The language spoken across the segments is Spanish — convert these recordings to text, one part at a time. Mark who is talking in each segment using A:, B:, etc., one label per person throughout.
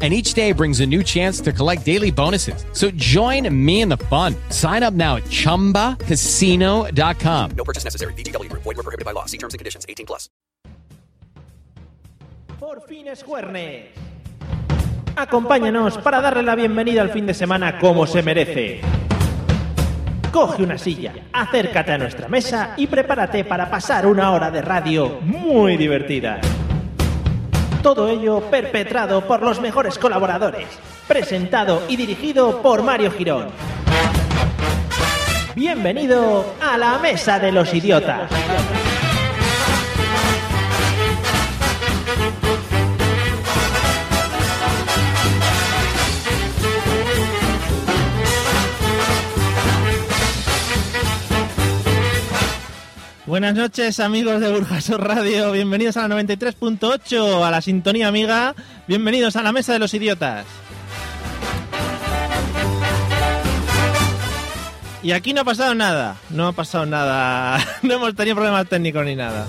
A: and each day brings a new chance to collect daily bonuses. So join me in the fun. Sign up now at ChumbaCasino.com.
B: No purchase necessary. VGW Group. Void were prohibited by law. See terms and conditions. 18 plus.
C: Por fin es jueves. Acompáñanos para darle la bienvenida al fin de semana como se merece. Coge una silla, acércate a nuestra mesa y prepárate para pasar una hora de radio muy divertida. Todo ello perpetrado por los mejores colaboradores, presentado y dirigido por Mario Girón. Bienvenido a la Mesa de los Idiotas.
D: Buenas noches amigos de Burjasot Radio, bienvenidos a la 93.8, a la sintonía amiga, bienvenidos a la mesa de los idiotas. Y aquí no ha pasado nada, no ha pasado nada, no hemos tenido problemas técnicos ni nada.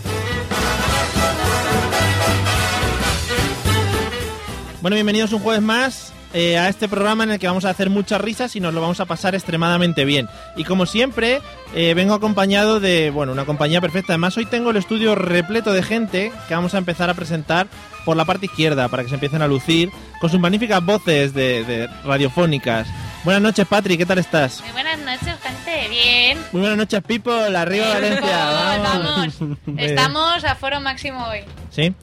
D: Bueno, bienvenidos un jueves más eh, a este programa en el que vamos a hacer muchas risas y nos lo vamos a pasar extremadamente bien. Y como siempre, eh, vengo acompañado de, bueno, una compañía perfecta. Además, hoy tengo el estudio repleto de gente que vamos a empezar a presentar por la parte izquierda para que se empiecen a lucir con sus magníficas voces de, de radiofónicas. Buenas noches, Patri, ¿qué tal estás?
E: Muy buenas noches, gente. Bien.
D: Muy buenas noches, People, arriba Valencia.
E: Vamos,
D: Vamos. Muy bien.
E: Estamos a foro máximo hoy.
D: ¿Sí?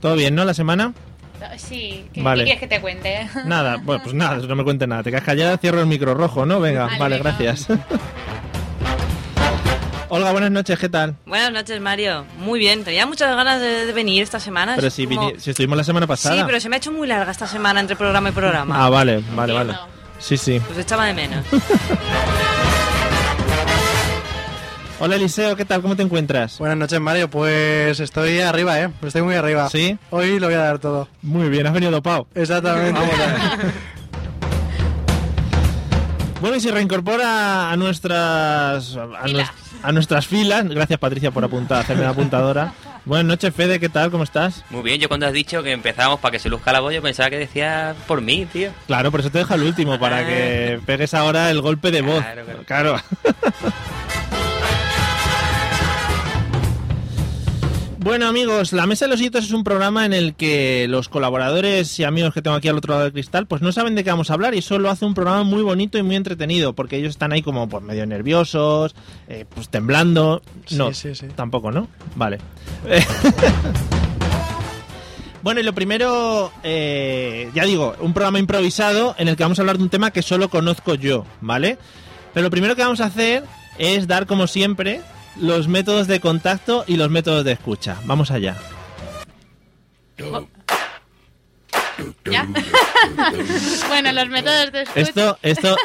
D: ¿Todo bien, no? ¿La semana?
E: Sí, ¿qué,
D: Vale.
E: qué quieres que te cuente?
D: Nada, bueno, pues nada, no me cuentes nada. Te quedas callada, cierro el micro rojo, ¿no? Venga,
E: Vale,
D: vale,
E: venga.
D: gracias. Olga, buenas noches, ¿qué tal?
F: Buenas noches, Mario. Muy bien, tenía muchas ganas de, de venir esta semana.
D: Pero
F: Es
D: si,
F: como-
D: vini- si estuvimos la semana pasada.
F: Sí, pero se me ha hecho muy larga esta semana entre programa y programa.
D: Ah, vale, vale, vale.
E: Entiendo.
D: Sí, sí.
F: Pues echaba de menos.
D: Hola, Eliseo, ¿qué tal? ¿Cómo te encuentras?
G: Buenas noches, Mario. Pues estoy arriba, ¿eh? Estoy muy arriba.
D: ¿Sí?
G: Hoy lo voy a dar todo.
D: Muy bien, has venido dopado.
G: Exactamente.
D: Bueno, y se reincorpora a nuestras a,
E: Filas.
D: nues- a nuestras filas. Gracias, Patricia, por apuntar, hacerme la apuntadora. Buenas noches, Fede, ¿qué tal? ¿Cómo estás?
H: Muy bien, yo cuando has dicho que empezábamos para que se luzca la voz, yo pensaba que decía por mí, tío.
D: Claro, por eso te dejo el último, para que pegues ahora el golpe de voz.
H: Ah. Claro, claro.
D: Claro. Bueno amigos, La Mesa de los Hitos es un programa en el que los colaboradores y amigos que tengo aquí al otro lado del cristal pues no saben de qué vamos a hablar y eso lo hace un programa muy bonito y muy entretenido porque ellos están ahí como pues medio nerviosos, eh, pues temblando.
G: Sí,
D: No,
G: sí, sí.
D: tampoco, ¿no? Vale. Bueno, y lo primero, eh, ya digo, un programa improvisado en el que vamos a hablar de un tema que solo conozco yo, ¿vale? Pero lo primero que vamos a hacer es dar, como siempre, los métodos de contacto y los métodos de escucha. Vamos allá.
E: ¿Ya? bueno, los métodos de escucha.
D: Esto, esto,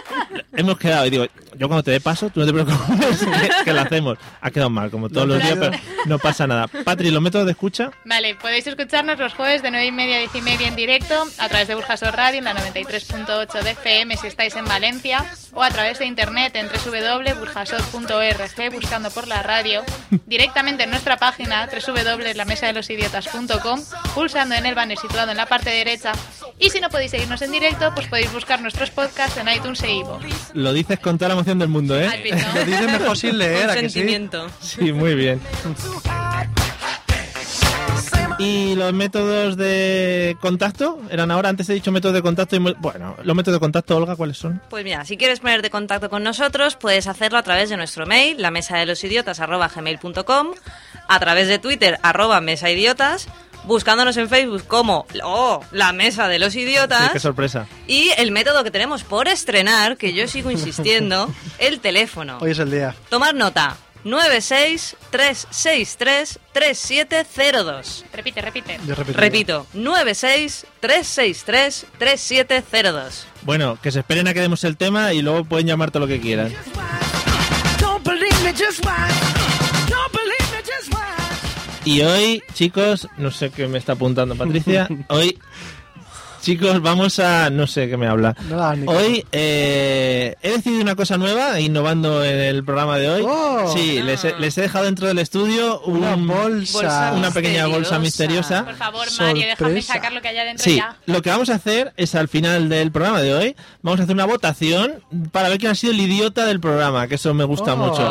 D: hemos quedado, y digo, yo cuando te dé paso, tú no te preocupes, que, que lo hacemos. Ha quedado mal, como todos
G: No,
D: los días,
G: claro.
D: pero no pasa nada. Patri, los métodos de escucha,
E: Vale, podéis escucharnos los jueves de 9 y media a 10 y media en directo a través de Burjasot Radio en la 93.8 de FM si estáis en Valencia o a través de internet en www.burjasot.org buscando por la radio directamente en nuestra página www.lamesadelosidiotas.com pulsando en el banner situado en la parte derecha y si no podéis seguirnos en directo pues podéis buscar nuestros podcasts en iTunes e iVoox.
D: lo dices con toda la emoción del mundo, ¿eh?
E: Al pintón.
G: Lo dices mejor sin leer,
F: Un
G: ¿a que sí?
F: sentimiento.
D: Sí, muy bien. ¿Y los métodos de contacto? Eran ahora, antes he dicho métodos de contacto y... mo- Bueno, los métodos de contacto, Olga, ¿cuáles son?
F: Pues mira, si quieres ponerte en contacto con nosotros, puedes hacerlo a través de nuestro mail, la mesa de los idiotas a través de Twitter, arroba mesa idiotas, buscándonos en Facebook como oh, la mesa de los
D: Sí,
F: idiotas.
D: qué sorpresa.
F: y el método que tenemos por estrenar, que yo sigo insistiendo, el teléfono.
G: Hoy es el día.
F: Tomar nota. 963633702.
E: Repite, repite.
G: Yo repito.
F: Repito, 963633702.
D: Bueno, que se esperen a que demos el tema y luego pueden llamarte lo que quieran. Y hoy, chicos, no sé qué me está apuntando Patricia. Hoy, chicos, vamos a. No sé qué me habla.
G: No la ni-
D: Hoy eh, he decidido una cosa nueva, innovando en el programa de hoy.
G: ¡Oh!
D: Sí, les he, les he dejado dentro del estudio un-
G: una
F: Bolsa
G: bolsa.
D: una pequeña bolsa
F: misteriosa.
E: Por favor, Mario, déjame
G: Sorpresa.
E: sacar lo que hay adentro
D: Sí,
E: ya.
D: lo que vamos a hacer es al final del programa de hoy, vamos a hacer una votación para ver quién ha sido el idiota del programa, que eso me gusta
G: Oh.
D: mucho.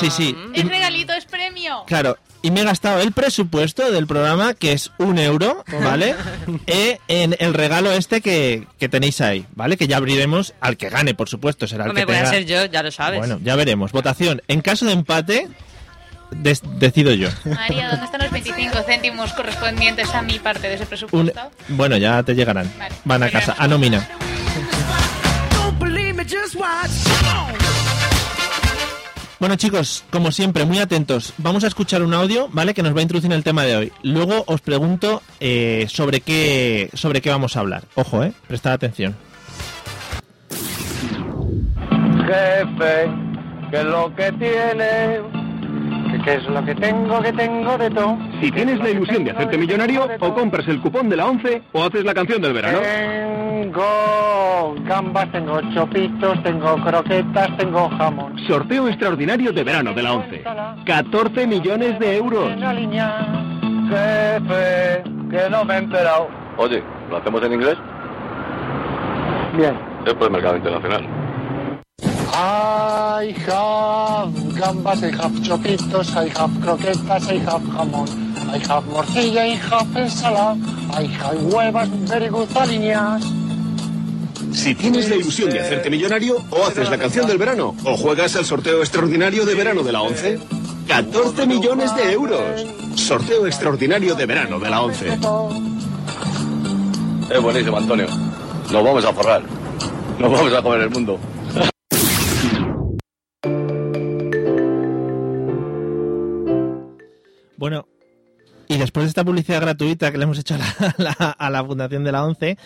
F: Qué
D: Sí,
F: bien.
D: sí. Y-
E: Es regalito, es premio.
D: Claro, y me he gastado el presupuesto del programa, que es un euro, ¿vale? Eh, en el regalo este que, que tenéis ahí, ¿vale? Que ya abriremos al que gane, por supuesto, será el
F: Hombre,
D: que
F: voy a
D: tenga-
F: ser yo, ya lo sabes.
D: Bueno, ya veremos. Votación. En caso de empate, des- decido yo.
E: Mario, ¿dónde están los 25 céntimos correspondientes a mi parte de ese
D: Un-
E: presupuesto?
D: bueno, ya te llegarán.
E: Vale.
D: Van a casa, Ah, a nómina. Bueno chicos, como siempre, muy atentos. Vamos a escuchar un audio, ¿vale? Que nos va a introducir en el tema de hoy. Luego os pregunto eh, sobre qué sobre qué vamos a hablar. Ojo, eh, prestad atención.
I: jefe, que lo que tiene, que, que es lo que tengo, que tengo de todo.
J: Si tienes la ilusión de hacerte millonario, o compras el cupón de la 11 o haces la canción del verano.
I: Tengo gambas, tengo chopitos, tengo croquetas, tengo jamón.
J: Sorteo extraordinario de verano de la 11. 14 millones de euros.
I: Una línea, jefe, que no me he enterado.
J: Oye, ¿lo hacemos en inglés?
I: Bien.
J: Es por el mercado internacional.
I: I have gambas, I have chopitos, I have croquetas, I have jamón, I have morcilla, I have ensalada, I have huevas, very good alineas.
J: Si tienes la ilusión de hacerte millonario, o haces la canción del verano, o juegas al sorteo extraordinario de verano de la 11. 14 millones de euros. Sorteo extraordinario de verano de la 11. Es buenísimo, Antonio. Nos vamos a forrar. Nos vamos a comer el mundo.
D: Bueno, y después de esta publicidad gratuita que le hemos hecho a la, a la- a la Fundación de la 11,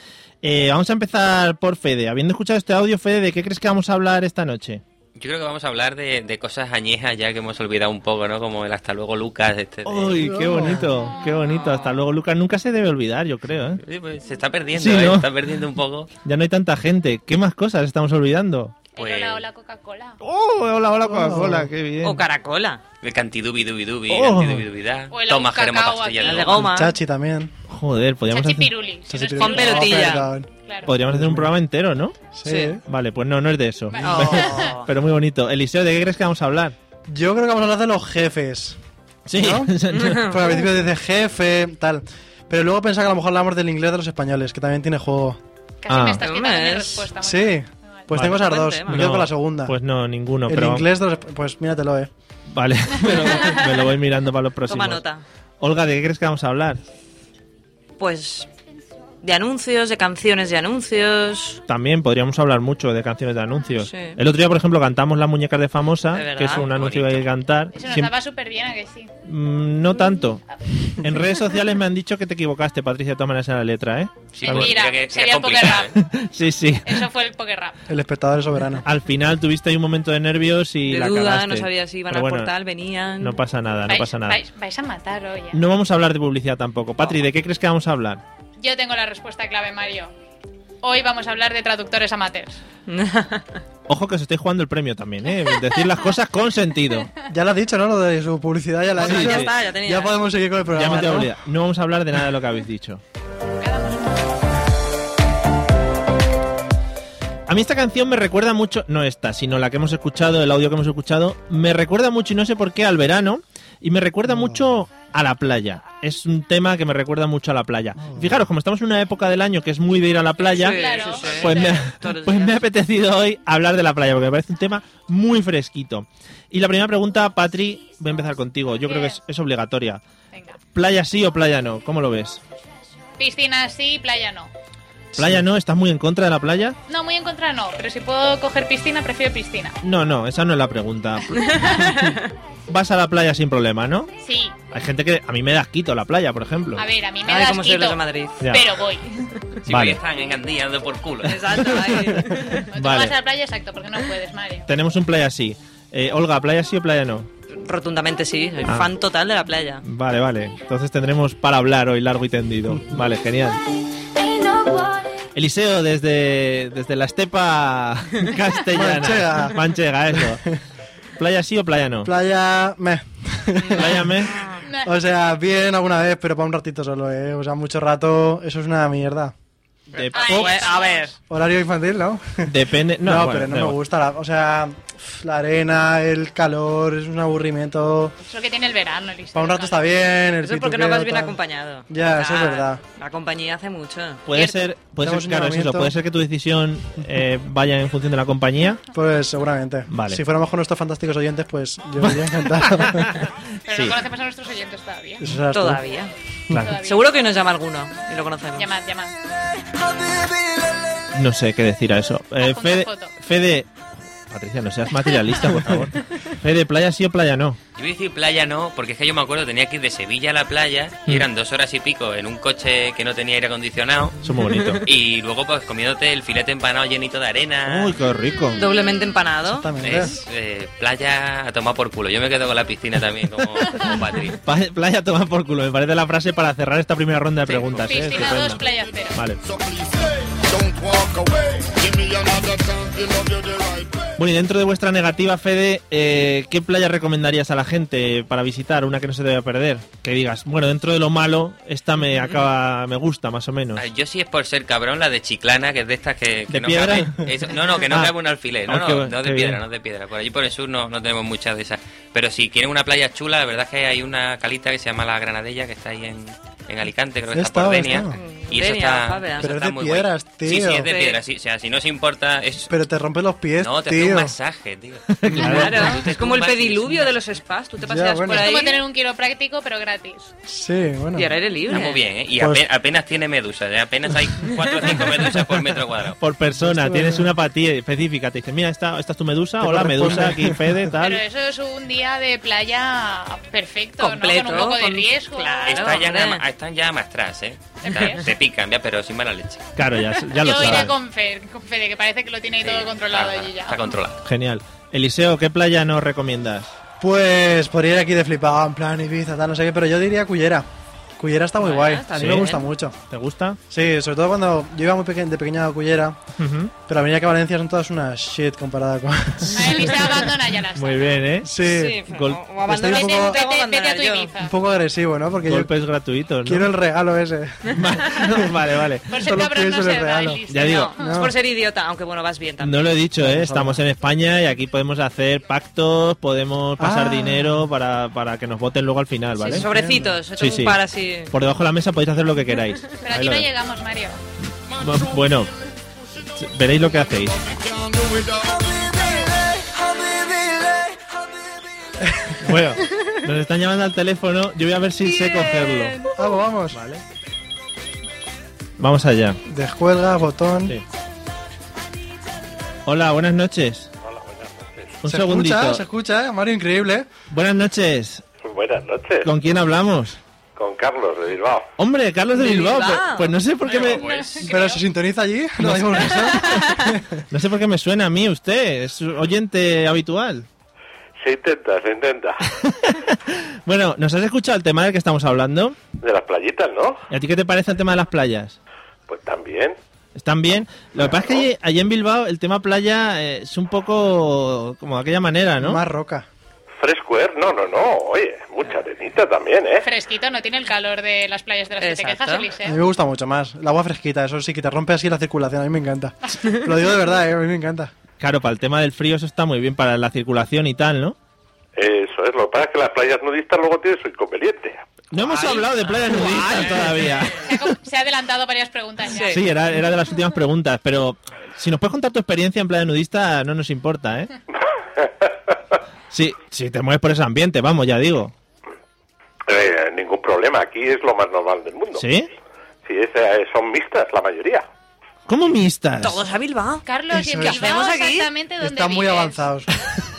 D: eh, vamos a empezar por Fede. Habiendo escuchado este audio, Fede, ¿de qué crees que vamos a hablar esta noche?
H: Yo creo que vamos a hablar de, de cosas añejas ya que hemos olvidado un poco, ¿no? Como el hasta luego Lucas. Este de-
D: ¡Uy, qué bonito! ¡Qué bonito! Hasta luego, Lucas. Nunca se debe olvidar, yo creo, ¿eh?
H: Sí, pues, se está perdiendo,
D: Sí,
H: ¿eh?
D: ¿no?
H: Se está perdiendo un poco.
D: Ya no hay tanta gente. ¿Qué más cosas estamos olvidando?
H: Pues-
E: El hola, hola, Coca-Cola.
D: ¡Oh! Hola, hola, Coca-Cola. ¡Qué bien!
F: O caracola.
H: El cantidubi dubi dubi,
D: Oh.
H: cantidubidubidá.
E: O el
H: Toma
E: cacao
H: germa
E: aquí.
H: pastilla
F: La
H: de
F: de
H: goma.
F: goma.
G: Chachi también.
D: Joder, podríamos hacer,
E: Chachipiruli. Si no
G: Chachi
E: es
G: Pirul.
F: con
E: pirulí,
F: pelotilla.
G: Oh, perdón.
E: claro.
D: podríamos hacer un programa entero, ¿no?
G: Sí.
F: Sí.
D: Vale, pues no, no es de eso.
E: Vale.
F: Oh.
D: Pero muy bonito. Eliseo, ¿de qué crees que vamos a hablar?
G: Yo creo que vamos a hablar de los jefes.
D: Sí.
G: ¿No?
D: Mm.
G: Porque al principio dices jefe, tal. Pero luego pensaba que a lo mejor hablamos del inglés de los españoles, que también tiene juego.
E: Casi
D: Ah.
E: me estás quitando mi
F: Hombre, es-
E: respuesta. muy
G: Sí.
E: bien. Vale.
G: Pues
D: Vale.
G: tengo esas
F: Buen
G: dos.
F: tema.
G: Me quedo
D: No,
G: con la segunda.
D: Pues no, ninguno.
G: el
D: pero vamos-
G: inglés de los. Pues míratelo, eh.
D: Vale, pero me lo voy mirando para los próximos.
F: Toma nota.
D: Olga, ¿de qué crees que vamos a hablar?
F: Pues de anuncios, de canciones de anuncios.
D: También podríamos hablar mucho de canciones de anuncios.
F: Sí.
D: El otro día, por ejemplo, cantamos Las muñecas de famosa,
F: De verdad,
D: que es un
F: qué
D: anuncio que
F: bonito.
D: hay que cantar.
E: Eso nos
D: Siem-
E: daba súper bien, ¿a que sí?
D: Mm, no tanto. En redes sociales me han dicho que te equivocaste, Patricia, toma en la letra, ¿eh?
H: Sí,
D: También-
E: Mira,
H: que- que es
E: sería el poker
H: complicado,
E: rap.
D: Sí, sí.
E: Eso fue el poker rap.
G: El espectador es soberano.
D: Al final tuviste ahí un momento de nervios y
F: de
D: la
F: duda,
D: cagaste.
F: no sabía si iban
D: Pero
F: al
D: bueno,
F: portal, venían.
D: No pasa nada, no
E: vais,
D: pasa nada.
E: Vais, vais a matar hoy. ¿eh?
D: No vamos a hablar de publicidad tampoco. Patri, ¿de qué crees que vamos a hablar?
E: Yo tengo la respuesta clave, Mario. Hoy vamos a hablar de traductores amateurs.
D: Ojo que os estoy jugando el premio también, ¿eh? Decir las cosas con sentido.
G: Ya lo has dicho, ¿no? Lo de su publicidad ya la has
D: Sí,
G: dicho.
D: ya
F: está, ya tenía.
G: podemos seguir con el
D: Ya
G: programa.
D: me te
G: ¿no?
D: olvidado. No vamos a hablar de nada de lo que habéis dicho. A mí esta canción me recuerda mucho, no esta, sino la que hemos escuchado, el audio que hemos escuchado, me recuerda mucho y no sé por qué al verano y me recuerda mucho a la playa. Es un tema que me recuerda mucho a la playa. Fijaros, como estamos en una época del año que es muy de ir a la playa,
F: Sí,
E: Claro.
F: sí, sí.
D: pues me, ha,
F: Todos los
D: pues me ha
F: días.
D: apetecido hoy hablar de la playa, porque me parece un tema muy fresquito. Y la primera pregunta, Patri, voy a empezar contigo. Yo creo que es, es obligatoria.
E: Venga.
D: ¿Playa sí o playa no? ¿Cómo lo ves?
E: Piscina sí, playa no.
D: ¿Playa no? ¿Estás muy en contra de la playa?
E: No, muy en contra no, pero si puedo coger piscina, prefiero piscina.
D: No, no, esa no es la pregunta. Vas a la playa sin problema, ¿no?
E: Sí.
D: Hay gente que a mí me da asquito la playa, por ejemplo.
E: A ver, a mí me
F: Ay,
E: da
F: cómo soy los
E: asquito,
F: de Madrid.
D: Ya.
E: pero voy.
H: Si
D: Vale.
H: hoy están engandillando por culo.
F: Exacto, ahí.
E: O
D: Vale.
E: tú vas a la playa, exacto, porque no puedes, Mario.
D: Tenemos un playa sí. Eh, Olga, ¿playa sí o playa no?
F: Rotundamente sí, soy
D: Ah.
F: fan total de la playa.
D: Vale, vale. Entonces tendremos para hablar hoy largo y tendido. Vale, genial. Eliseo, desde, desde la estepa castellana.
G: Manchega.
D: Manchega, eso. ¿Playa sí o playa no?
G: Playa, meh.
D: Playa me.
E: Ah,
G: O sea, bien alguna vez, pero para un ratito solo, ¿eh? O sea, mucho rato, eso es una mierda.
D: De
E: ah,
F: Ay,
D: pop,
F: pues, a ver.
G: Horario infantil, ¿no?
D: depende. No,
G: No,
D: bueno,
G: pero no
D: da
G: me
D: igual.
G: gusta. la- o sea, la arena, el calor, es un aburrimiento.
E: Es lo que tiene el verano, listo.
G: Para un rato está bien, el
F: Eso es porque no
G: pituqueo,
F: vas bien
G: tal.
F: acompañado.
G: Ya, eso es
F: Ah,
G: verdad.
F: La compañía hace mucho.
D: Puede ser, puede ser,
G: Tenemos un
D: claro, es eso.
G: llamamiento.
D: Puede ser que tu decisión eh, vaya en función de la compañía.
G: Pues seguramente.
D: Vale.
G: Si fuéramos con nuestros fantásticos oyentes, pues yo iría encantado.
E: Pero
D: Sí.
E: no conocemos a nuestros oyentes todavía.
G: Eso serás tú.
F: Todavía.
D: Claro.
E: Todavía.
F: Seguro que nos llama alguno y lo conocemos.
E: Llamad, llamad.
D: No sé qué decir a eso. Eh,
E: Adjunta
D: Fede,
E: foto.
D: Fede. Patricia, no seas materialista, por favor. Fede, playa sí o playa no.
H: Yo voy a decir playa no, porque es que yo me acuerdo, tenía que ir de Sevilla a la playa
D: Mm.
H: y eran dos horas y pico en un coche que no tenía aire acondicionado.
D: Eso es muy bonito.
H: Y luego, pues comiéndote el filete empanado llenito de arena.
D: Uy, qué rico.
F: Doblemente empanado.
G: Exactamente.
H: Es eh, playa a tomar por culo. Yo me quedo con la piscina también, como, como Patri.
D: Pa- Playa toma por culo, me parece la frase para cerrar esta primera ronda de
H: Sí.
D: preguntas. ¿eh?
E: Piscina
D: Estupendo.
E: 2, playa 0.
D: Vale. Bueno, y dentro de vuestra negativa, Fede, eh, ¿qué playa recomendarías a la gente para visitar? Una que no se debe perder. Que digas, bueno, dentro de lo malo, esta me acaba, me gusta, más o menos.
H: Ah, Yo sí es por ser cabrón, la de Chiclana, que es de estas que, que
D: ¿De
H: no
D: piedra?
H: cabe- eso- no, no, que no
D: Ah.
H: cabe un alfiler. No,
D: Ah,
H: no,
D: qué
H: no
D: bu-
H: de
D: qué
H: piedra,
D: bien.
H: no de piedra. Por allí por el sur no, no tenemos muchas de esas. Pero si quieren una playa chula, la verdad es que hay una calita que se llama La Granadella, que está ahí en, en Alicante, creo que
G: He
H: está
G: estado,
H: por
G: he
H: Denia.
G: estado.
H: Y eso
F: Denia,
H: está,
F: Fabia.
H: eso
G: Pero es
H: está
G: de
H: muy
G: piedras,
H: guay. Sí, sí,
G: tío.
H: es de
F: Sí.
H: piedra. sí, o sea, si no os importa... Es,
G: Pero te rompe los pies,
H: no, te hace un
G: tío.
H: masaje, tío.
F: Claro,
H: Tú te
F: es como el
H: tumbas y
F: pediluvio de los spas. Tú te
G: Ya,
F: paseas
G: bueno.
F: por
E: Es
F: ahí
E: como tener un quiropráctico, pero gratis.
G: Sí, bueno.
F: y al aire libre.
H: Está muy bien, ¿eh? Y
G: Pues-
H: ape- apenas, tiene medusas, ¿eh? apenas hay 4 o 5 medusas por metro cuadrado.
D: Por persona,
G: Esto
D: tienes
G: vale.
D: una patilla específica. Te dicen, mira, esta, esta es tu medusa.
G: Te
D: Hola, medusa,
G: corresponde.
D: aquí, Fede, tal.
E: Pero eso es un día de playa perfecto,
F: Completo,
E: ¿no? Con un poco de
F: con-
E: riesgo.
F: claro.
H: Está ya
F: hombre.
H: nada más- están ya más atrás, ¿eh?
E: Gracias.
H: te pican, ya, pero sin mala leche.
D: Claro, ya, ya lo
E: Yo iré
D: sabes.
E: con Fede, con Fede, que parece que lo tiene ahí
H: Sí,
E: todo controlado
H: está-
E: allí ya.
H: Está controlado.
D: Genial. Eliseo, ¿qué playa nos recomiendas?
G: Pues por ir aquí de flipado, en plan Ibiza, tal, no sé qué, pero yo diría Cullera. Cullera está muy
F: Bueno,
G: guay.
F: está
G: a mí me
D: bien.
G: gusta mucho.
D: ¿Te gusta?
G: Sí, sobre todo cuando yo iba muy peque- de pequeña a Cullera,
D: Ujú.
G: pero la avenida que Valencia son todas una shit comparada con...
E: A ver, Lisa, abandona ya las.
D: Muy bien, ¿eh?
G: sí,
F: Sí,
D: Gol-
F: o- o abandono
G: Estoy un
F: yo,
G: poco-
F: te hago
E: Vete, vete a tu
F: abandonar yo.
E: Ibiza.
G: un poco agresivo, ¿no? Porque yo
D: Golpes gratuitos, ¿no?
G: quiero el regalo ese.
D: vale, vale, vale.
E: Por ser
G: Solo
E: cabrón
G: pienso
E: no
G: en el
E: se va,
G: regalo.
E: listo.
D: Ya digo.
F: No, es por ser idiota, aunque bueno, vas bien también.
D: No lo he dicho, ¿eh? Estamos en España y aquí podemos hacer pactos, podemos pasar
G: Ah.
D: dinero para, para que nos voten luego al final, ¿vale?
F: Sí, sobrecitos, yo
D: Sí,
F: tengo
D: sí.
F: un par así.
D: Por debajo de la mesa podéis hacer lo que queráis. Ahí
E: Pero aquí
D: lo
E: no
D: dejo.
E: llegamos, Mario.
D: Bu- Bueno, veréis lo que hacéis. Bueno, nos están llamando al teléfono. Yo voy a ver si sé cogerlo.
G: Vamos, vamos. Vale.
D: Vamos allá.
G: Descuelga, botón.
D: Sí. Hola, buenas noches. Un
G: ¿Se
D: segundito.
G: escucha? ¿Se escucha? ¿eh? Mario, increíble. ¿eh?
D: Buenas noches.
K: Buenas noches,
D: ¿Con quién hablamos?
K: con Carlos de Bilbao.
D: Hombre, Carlos de
F: De
D: Bilbao.
F: Bilbao.
D: Pues, pues no sé por qué me
G: Pero se sintoniza allí. No hay volverse.
D: no sé por qué me suena a mí usted. Es oyente habitual.
K: Se intenta, se intenta.
D: Bueno, ¿nos has escuchado el tema del que estamos hablando?
K: De las playitas, ¿no?
D: ¿Y a ti qué te parece el tema de las playas?
K: Pues también.
D: ¿Están bien? Lo que pasa es que allí, allí en Bilbao el tema playa eh, es un poco como de aquella manera, ¿no?
G: Más roca.
K: Fresquer, no, no, no. Oye, mucha arenita también, ¿eh?
E: Fresquito, no tiene el calor de las playas de las que te
F: Exacto.
E: quejas, Elise. ¿eh?
G: A mí me gusta mucho más. El agua fresquita, eso sí que te rompe así la circulación. A mí me encanta. Lo digo de verdad, ¿eh? a mí me encanta.
D: Claro, para el tema del frío eso está muy bien, para la circulación y tal, ¿no?
K: Eso es, lo que pasa es que las playas nudistas luego tienen su inconveniente.
D: No hemos hablado de playas nudistas todavía.
E: Se ha com- Se ha adelantado varias preguntas ya.
D: Sí, era, era de las últimas preguntas, pero si nos puedes contar tu experiencia en playa nudista, no nos importa, ¿eh? Sí, si te mueves por ese ambiente, vamos, ya digo.
K: Eh, ningún problema, aquí es lo más normal del mundo.
D: ¿Sí?
K: Sí, es, eh, son mixtas la mayoría.
D: ¿Cómo mixtas?
F: Todos a Bilbao.
E: Carlos, ¿y
G: Eso
E: en
G: es.
E: Bilbao
F: ¿Qué hacemos aquí?
E: exactamente dónde
G: Están muy
E: vives?
G: avanzados.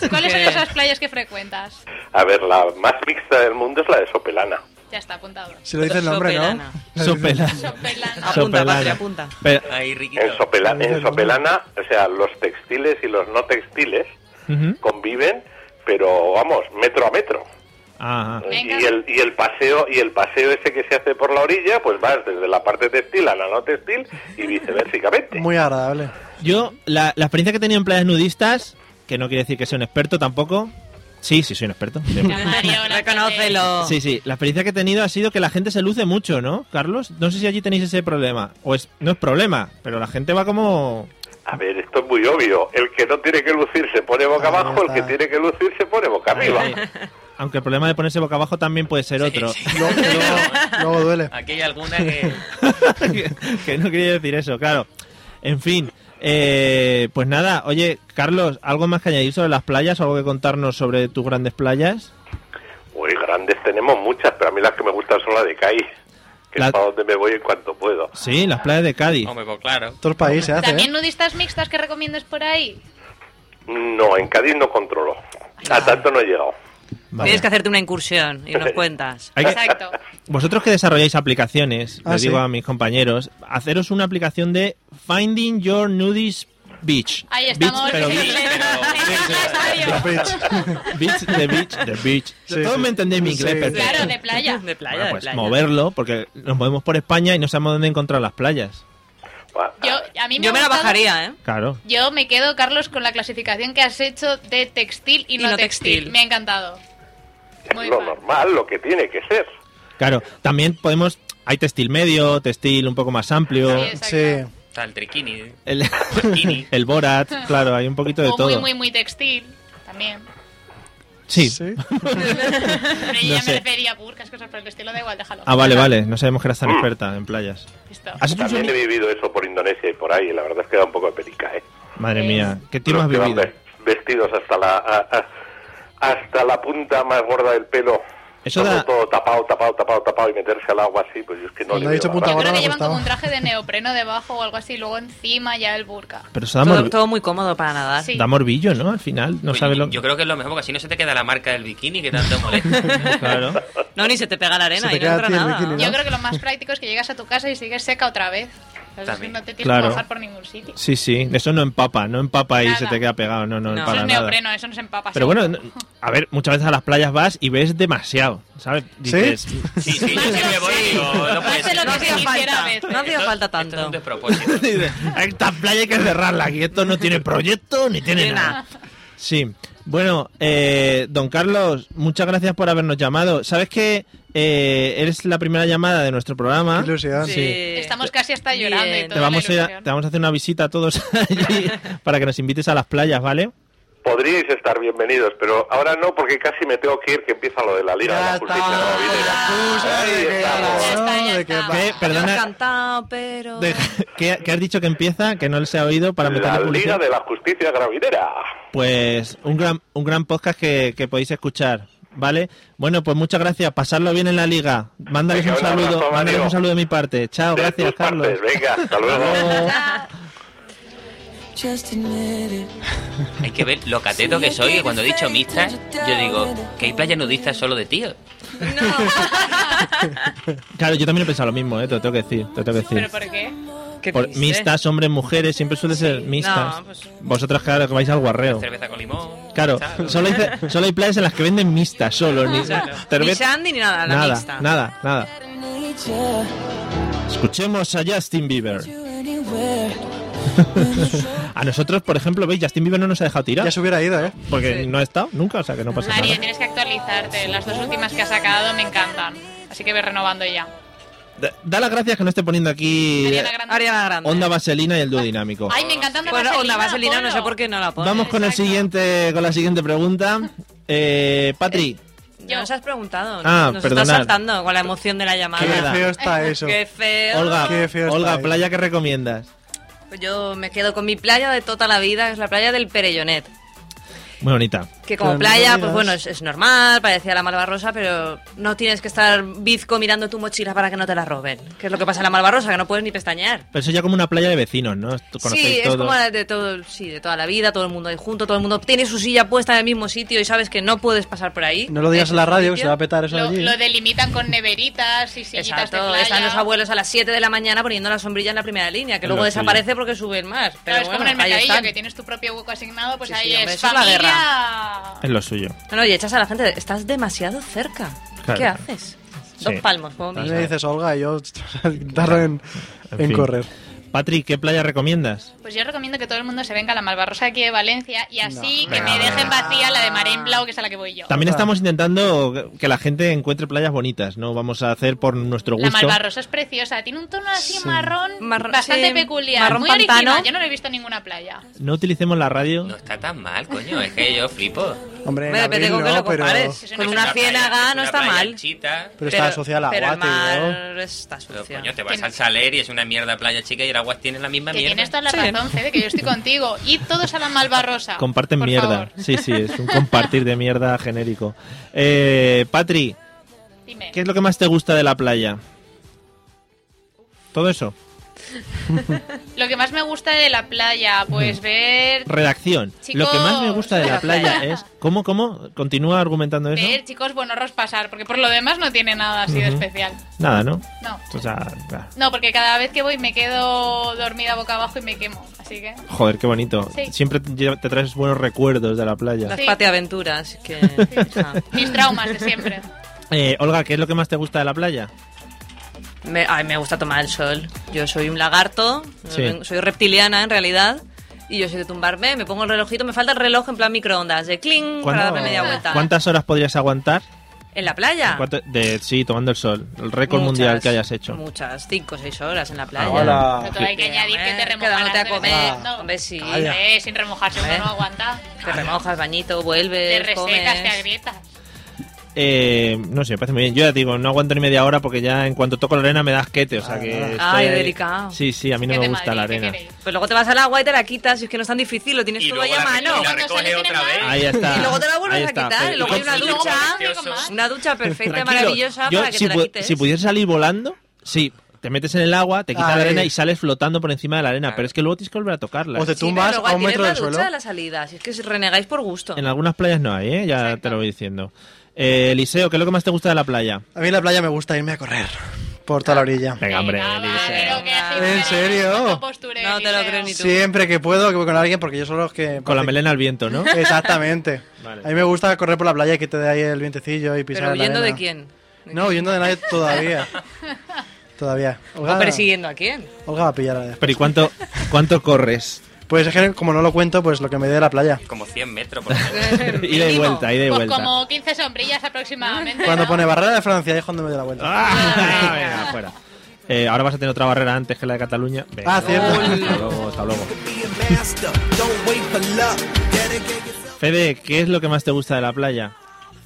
E: ¿Cuáles son
F: Qué-
E: esas playas que frecuentas?
K: A ver, la más mixta del mundo es la de Sopelana.
E: Ya está apuntado.
G: Si lo dice el nombre, ¿no?
F: Sopelana.
D: Sopela-
E: Sopelana.
F: Apunta,
D: sopelana.
F: patria, apunta.
D: Pero-
H: Ahí, riquito.
K: En Sopelana, en Sopelana, o sea, los textiles y los no textiles
D: ujú.
K: conviven pero vamos, metro a metro.
D: Ajá.
K: Y el, y el paseo y el paseo ese que se hace por la orilla, pues vas desde la parte textil a la no textil y viceversamente.
G: Muy agradable.
D: Yo, la, la experiencia que he tenido en playas nudistas, que no quiere decir que sea un experto tampoco. Sí, sí, soy un experto.
F: Reconócelo.
D: Sí, sí. La experiencia que he tenido ha sido que la gente se luce mucho, ¿no, Carlos? No sé si allí tenéis ese problema. O es, no es problema, pero la gente va como...
K: A ver, esto es muy obvio. El que no tiene que lucir se pone boca abajo, el que tiene que lucir se pone boca arriba.
D: Aunque el problema de ponerse boca abajo también puede ser otro.
G: Luego duele.
H: Aquí hay alguna que...
D: que no quería decir eso, claro. En fin, eh, pues nada, oye, Carlos, ¿algo más que añadir sobre las playas? ¿Algo que contarnos sobre tus grandes playas?
K: Uy, grandes tenemos muchas, pero a mí las que me gustan son las de Cádiz, que
D: La-
K: es para donde me voy en cuanto puedo.
D: Sí, las playas de Cádiz.
H: Hombre, pues claro.
G: Todo el país se hace, ¿eh?
E: ¿También nudistas mixtas que recomiendes por ahí?
K: No, en Cádiz no controlo. A tanto no he llegado.
D: Vale.
F: Tienes que hacerte una incursión y nos cuentas.
D: Hay que-
E: Exacto.
D: Vosotros que desarrolláis aplicaciones,
G: Ah,
D: les
G: sí.
D: digo a mis compañeros, haceros una aplicación de Finding Your Nudist Beach.
E: Ahí
D: Beach,
E: estamos.
D: pero
E: en
D: beach,
E: inglés.
G: The
E: Necesario.
G: bridge.
D: beach, the beach, the beach.
G: Sí,
D: Todos
G: sí.
D: me entendéis mi inglés,
G: Sí.
D: perfecto.
E: Claro, de playa.
F: De playa,
D: Bueno,
F: de
D: pues
F: playa.
D: moverlo, porque nos movemos por España y no sabemos dónde encontrar las playas.
K: Va,
E: Yo, a mí me
F: Yo
E: ha
F: me la
E: gustado-
F: bajaría, ¿eh?
D: Claro.
E: Yo me quedo, Carlos, con la clasificación que has hecho de textil y no,
F: no
E: textil.
F: textil.
E: Me ha encantado.
K: Es
E: Muy
K: lo
E: mal.
K: normal, lo que tiene que ser.
D: Claro. También podemos... Hay textil medio, textil un poco más amplio.
E: Sí, exacto.
G: Sí.
H: Está el triquini.
D: El,
H: Bikini.
D: el Borat, claro, hay un poquito de
E: o
D: todo.
E: muy, muy, muy textil. También.
D: Sí.
G: Sí.
E: Pero yo
D: No
E: ya
D: sé.
E: me refería a burcas, cosas por el estilo, da igual, déjalo.
D: Ah, vale, vale. No sabemos que eras tan
E: Ah.
D: experta en playas.
E: Listo.
D: ¿Has hecho un
K: También he
D: sonido?
K: vivido eso por Indonesia y por ahí, y la verdad es que da un poco de perica, ¿eh?
D: Madre mía, ¿qué tiempo
K: Los
D: has
K: que van
D: vivido?
K: ves- Vestidos hasta la a- a- hasta la punta más gorda del pelo.
D: Eso
K: todo,
D: da-
K: todo tapado, tapado, tapado, tapado y meterse al agua así, pues yo es que no
G: Cuando
K: le
G: ha
K: veo
G: dicho
K: la
G: punta
K: gracia.
E: Yo
G: gorda,
E: creo
G: me
E: que llevan como
G: gustaba.
E: un traje de neopreno debajo o algo así, y luego encima ya el burka.
D: Pero eso da,
F: Todo,
D: morbi-
F: todo muy cómodo para nadar.
E: Sí.
D: da morbillo, ¿no? Al final, no
H: Pues
D: sabes lo
H: Yo creo que es lo mejor, porque así no se te queda la marca del bikini que tanto molesta.
D: Claro.
F: No, ni se te pega la arena
G: Se te
F: y no
G: queda
F: entra
G: a ti el
F: nada.
G: bikini, ¿no?
E: Yo creo que lo más práctico es que llegas a tu casa y sigues seca otra vez. Entonces,
H: También.
E: No te tienes
D: Claro.
E: que bajar por ningún sitio.
D: Sí, sí. Eso no empapa, no empapa y
E: Nada.
D: se te queda pegado, no, no,
F: No.
E: Eso
D: para
E: es
D: nada.
E: neopreno, eso no se empapa.
D: Pero
E: seguro.
D: bueno, no- a ver, muchas veces a las playas vas y ves demasiado, ¿sabes? Dices,
H: Sí, sí, yo sí me voy y digo, no puede
E: Más de
H: ser.
E: lo
F: No
E: que
F: hacía
E: quisiera a
F: falta,
E: veces.
F: no hacía
H: Esto-
F: falta
H: Esto es un
F: tanto.
H: despropósito.
D: dices, esta playa hay que cerrarla, aquí esto no tiene proyecto ni tiene
F: Tiene
D: nada. Sí. Bueno, eh, don Carlos, muchas gracias por habernos llamado. Sabes que eh, eres la primera llamada de nuestro programa.
G: Qué ilusión.
D: Sí.
E: Estamos casi hasta llorando
F: Bien.
E: y todo.
D: Te vamos, a,
E: la
D: ir a-
E: ilusión.
D: te vamos a hacer una visita a todos allí para que nos invites a las playas, ¿vale?
K: Podríais estar bienvenidos, pero ahora no porque casi me tengo que ir que empieza lo de la Liga de la
G: Ya
K: Justicia
G: está.
K: Navideña.
G: Excusa de
K: Ahí
G: que
K: estamos.
G: la
E: Ya está, ya
G: no, de que
E: está.
G: va.
D: ¿Qué?
F: Me ha
D: Perdona,
F: encantado, pero...
D: de- ¿qué, qué has dicho que empieza? Que no se ha oído para meter
K: La
D: la
K: Liga
D: publicidad.
K: de la Justicia Gravidera.
D: Pues un gran, un gran podcast que, que podéis escuchar, ¿vale? Bueno, pues muchas gracias. Pasarlo bien en la liga. Mándales
K: Venga,
D: un
K: un abrazo,
D: saludo, mándales
K: Mario.
D: un saludo de mi parte. Chao,
K: De
D: gracias,
K: tus
D: Carlos.
K: partes, venga, hasta luego.
D: Chao.
H: Hay que ver lo cateto que soy, que cuando he dicho mixtas, yo digo que hay playas nudistas solo de tíos.
D: Claro, yo también he pensado lo mismo, ¿eh? Te lo tengo que decir, te lo tengo que
E: ¿Pero
D: decir.
E: por qué?
F: ¿Qué
D: Por
F: dices?
D: mixtas, hombres, mujeres, siempre suele ser mixtas.
F: No, pues-
D: Vosotras, claro, que vais al guarreo.
H: Cerveza con limón.
D: Claro,
H: chalo.
D: solo hay, solo hay playas en las que venden mixtas, solo. Ni,
F: Ni
D: cerveza-
F: Sandy ni nada, la
D: nada,
F: mixta.
D: nada, nada. Escuchemos a Justin Bieber. a nosotros, por ejemplo, veis, Justin Bieber no nos ha dejado tirar.
G: Ya se hubiera ido, ¿eh?
D: Porque no ha estado nunca, o sea que no pasa
E: María,
D: nada.
E: tienes que actualizarte. Las dos últimas que has sacado me encantan. Así que ve renovando ya.
D: Da, da las gracias que no esté poniendo aquí
E: Ariana Grande.
F: Ariana Grande.
D: Onda Vaselina y el dúo dinámico.
E: Ay, me encanta una
F: Bueno,
E: vaselina.
F: Onda Vaselina, no
E: ponlo.
F: sé por qué no la pones.
D: Vamos con el
E: exacto.
D: siguiente, con la siguiente pregunta. Eh, Patri,
F: Ya nos has preguntado.
D: Ah,
F: nos
D: perdonad.
F: estás saltando con la emoción de la
G: Qué
D: Nada.
F: llamada.
G: feo está eso.
F: Qué feo.
D: Olga,
G: Qué feo
D: Olga,
G: estáis.
D: playa que recomiendas.
F: Yo me quedo con mi playa de toda la vida, que es la playa del Perellonet.
D: Muy bonita.
F: Que como
G: Pero no
F: playa,
G: digas.
F: pues bueno, es, es normal, parecía la Malvarrosa, pero no tienes que estar bizco mirando tu mochila para que no te la roben. Que es lo que pasa en la Malvarrosa, que no puedes ni pestañear.
D: Pero eso ya como una playa de vecinos, ¿no? Tú
F: Sí,
D: Conocéis
F: es
D: todos.
F: como la de todo, sí, de toda la vida, todo el mundo ahí junto, todo el mundo tiene su silla puesta en el mismo sitio y sabes que no puedes pasar por ahí.
G: No lo digas en la
F: Ese
G: radio, que se
F: sitio.
G: va a petar eso
E: Lo,
G: allí. ¿eh?
E: lo delimitan con neveritas y sillitas de
F: Exacto,
E: playa.
F: están los abuelos a las 7 de la mañana poniendo la sombrilla en la primera línea, que
D: Es
F: luego
D: lo suyo.
F: desaparece porque suben más. Pero
E: Claro, es como en el
F: bueno, ahí
E: mercadillo
F: están.
E: que tienes tu propio hueco asignado, pues
F: Sí, sí,
E: ahí
F: hombre,
E: es
F: eso es la
E: familia,
F: guerra.
D: Es lo suyo.
F: No, no, y echas a la gente, estás demasiado cerca.
D: Claro.
F: ¿Qué haces?
D: Sí.
F: Dos palmos, como
G: A mí
F: mínimo.
G: me dices Olga y yo tardo en,
D: En
G: en
D: fin.
G: correr.
D: Patrick, ¿qué playa recomiendas?
E: Pues yo recomiendo que todo el mundo se venga a la Malvarrosa aquí de Valencia y así que
D: Venga,
E: me dejen
D: venga.
E: vacía la de Marén Blau, que es a la que voy yo.
D: También estamos intentando que la gente encuentre playas bonitas, ¿no? Vamos a hacer por nuestro
E: La
D: gusto.
E: Malvarrosa es preciosa, tiene un tono así marrón
F: Marrón,
E: bastante
F: sí,
E: peculiar,
F: marrón
E: muy
F: pantano.
E: original. Yo no lo he visto en ninguna playa.
D: No utilicemos la radio.
H: No está tan mal, coño. Es que yo flipo.
G: Hombre, en
F: Hombre, depende
G: abril
F: con qué
G: no,
F: lo
G: pero,
F: compares. Con una ciénaga no está mal.
H: Chita.
G: pero está asociada al
F: pero el
G: aguate. ¿no?
F: mar está
H: Pero,
F: sucio.
H: coño, te vas al Saler y es una mierda playa chica y el aguas tiene la misma
E: Que
H: mierda.
E: tienes toda la razón, Fede, que yo estoy contigo. Y todos a la Malvarrosa.
D: Comparten
E: por
D: mierda.
E: favor.
D: Sí, sí, es un compartir de mierda genérico. Eh, Patri,
E: Dime.
D: ¿qué es lo que más te gusta de la playa? Todo eso.
E: Lo que más me gusta de la playa, pues
D: Mm.
E: ver
D: Redacción. lo que más me gusta de la playa es. ¿Cómo, cómo? Continúa argumentando eso.
E: ver chicos buenos pasar, porque por lo demás no tiene nada así de
D: Ujú.
E: especial.
D: Nada, ¿no?
E: No.
D: O sea, claro.
E: No, porque cada vez que voy me quedo dormida boca abajo y me quemo, así que
D: joder, qué bonito.
E: Sí.
D: Siempre te lleva- te traes buenos recuerdos de la playa.
F: Las
E: Sí.
F: pateaventuras que... Ah.
E: mis traumas de siempre.
D: Eh, Olga, ¿qué es lo que más te gusta de la playa?
F: Me, ay, me gusta tomar el sol. Yo soy un lagarto,
D: Sí.
F: vengo- soy reptiliana en realidad, y yo soy de tumbarme, me pongo el relojito, me falta el reloj en plan microondas, de cling, para darme media vuelta. ¿eh?
D: ¿Cuántas horas podrías aguantar?
F: ¿En la playa?
D: ¿Cuánto- de, sí, tomando el sol. El récord
F: Muchas,
D: mundial que hayas hecho.
F: Muchas, cinco o seis horas en la playa.
G: Ah,
D: Ah,
G: Hola.
E: Pero todavía hay que
F: Sí.
E: añadir que te
F: Hombre,
E: remojarás.
F: quedándote a
E: de
F: comer.
E: vez en cuando.
F: Hombre, sí.
G: Calla.
E: Eh, sin remojarse uno
F: Eh.
E: no aguanta.
F: Te remojas, bañito, vuelves,
E: Te resetas, te
F: comes.
E: agrietas.
D: Eh, no sé, me parece muy bien. Yo ya te digo, no aguanto ni media hora porque ya en cuanto toco la arena me das quete. O sea que.
F: Ah,
G: Ay,
D: estoy ahí.
F: delicado.
D: Sí, sí, a mí no
E: Que
D: me
E: de
D: gusta la
E: Madrid, ¿qué
D: arena.
E: queréis?
F: Pues luego te vas al agua y te la quitas, y es que no es tan difícil, lo tienes
H: Y
F: todo ahí
H: luego
F: a
H: la,
F: mano.
H: y la
E: Cuando
H: recoge
E: sale
H: otra
E: tiene
H: vez.
E: más.
D: Ahí está.
F: Y luego te la vuelves
D: Ah, Ahí
F: a
D: está.
F: quitar, y luego hay una
E: Y luego
F: ducha.
E: precioso.
F: Una ducha perfecta,
D: Tranquilo,
F: maravillosa,
D: yo
F: para que
D: si,
F: te la
D: pu-
F: quites.
D: si pudiese salir volando, sí. Te metes en el agua, te quitas
G: Ay.
D: la arena y sales flotando por encima de la arena. Pero es que luego tienes que volver a tocarla.
G: O te
F: Sí, pero
G: tumbas
F: luego
G: a un
F: tienes
G: metro
F: la
G: del
F: ducha
G: suelo.
F: a la salida, si es que renegáis por gusto.
D: En algunas playas no hay, ¿eh? Ya te lo voy diciendo. Eh, Eliseo, ¿qué es lo que más te gusta de la playa?
G: A mí en la playa me gusta irme a correr por toda la orilla.
D: Venga, hombre,
E: Venga, va, pero que así
G: ¿En
E: no
G: serio?
E: hay postureo,
F: No te lo
E: Eliseo.
F: creo ni tú.
G: Siempre que puedo, que voy con alguien, porque yo solo es que...
D: Con la melena al viento, ¿no?
G: Exactamente.
D: Vale.
G: A mí me gusta correr por la playa y que te dé ahí el vientecillo y pisar
F: Pero
G: en la
F: huyendo de
G: arena.
F: quién.
G: No, huyendo de nadie todavía. todavía. Olga,
F: ¿O persiguiendo a quién?
G: Olga va a pillar a la-
D: Pero ¿y cuánto, cuánto corres?
G: Pues es que como no lo cuento, pues lo que me dé la playa.
H: Como 100 metros, por lo menos.
D: ida y
F: Mínimo.
D: vuelta, ida y
E: Pues
D: vuelta.
E: como 15 sombrillas aproximadamente.
G: Cuando
E: ¿no?
G: pone barrera de Francia, ahí es cuando me dé la vuelta.
D: Ah, venga, fuera. Eh, ahora vas a tener otra barrera antes que la de Cataluña. Venga,
G: Ah, cierto.
D: Hasta luego, hasta luego. Fede, ¿qué es lo que más te gusta de la playa?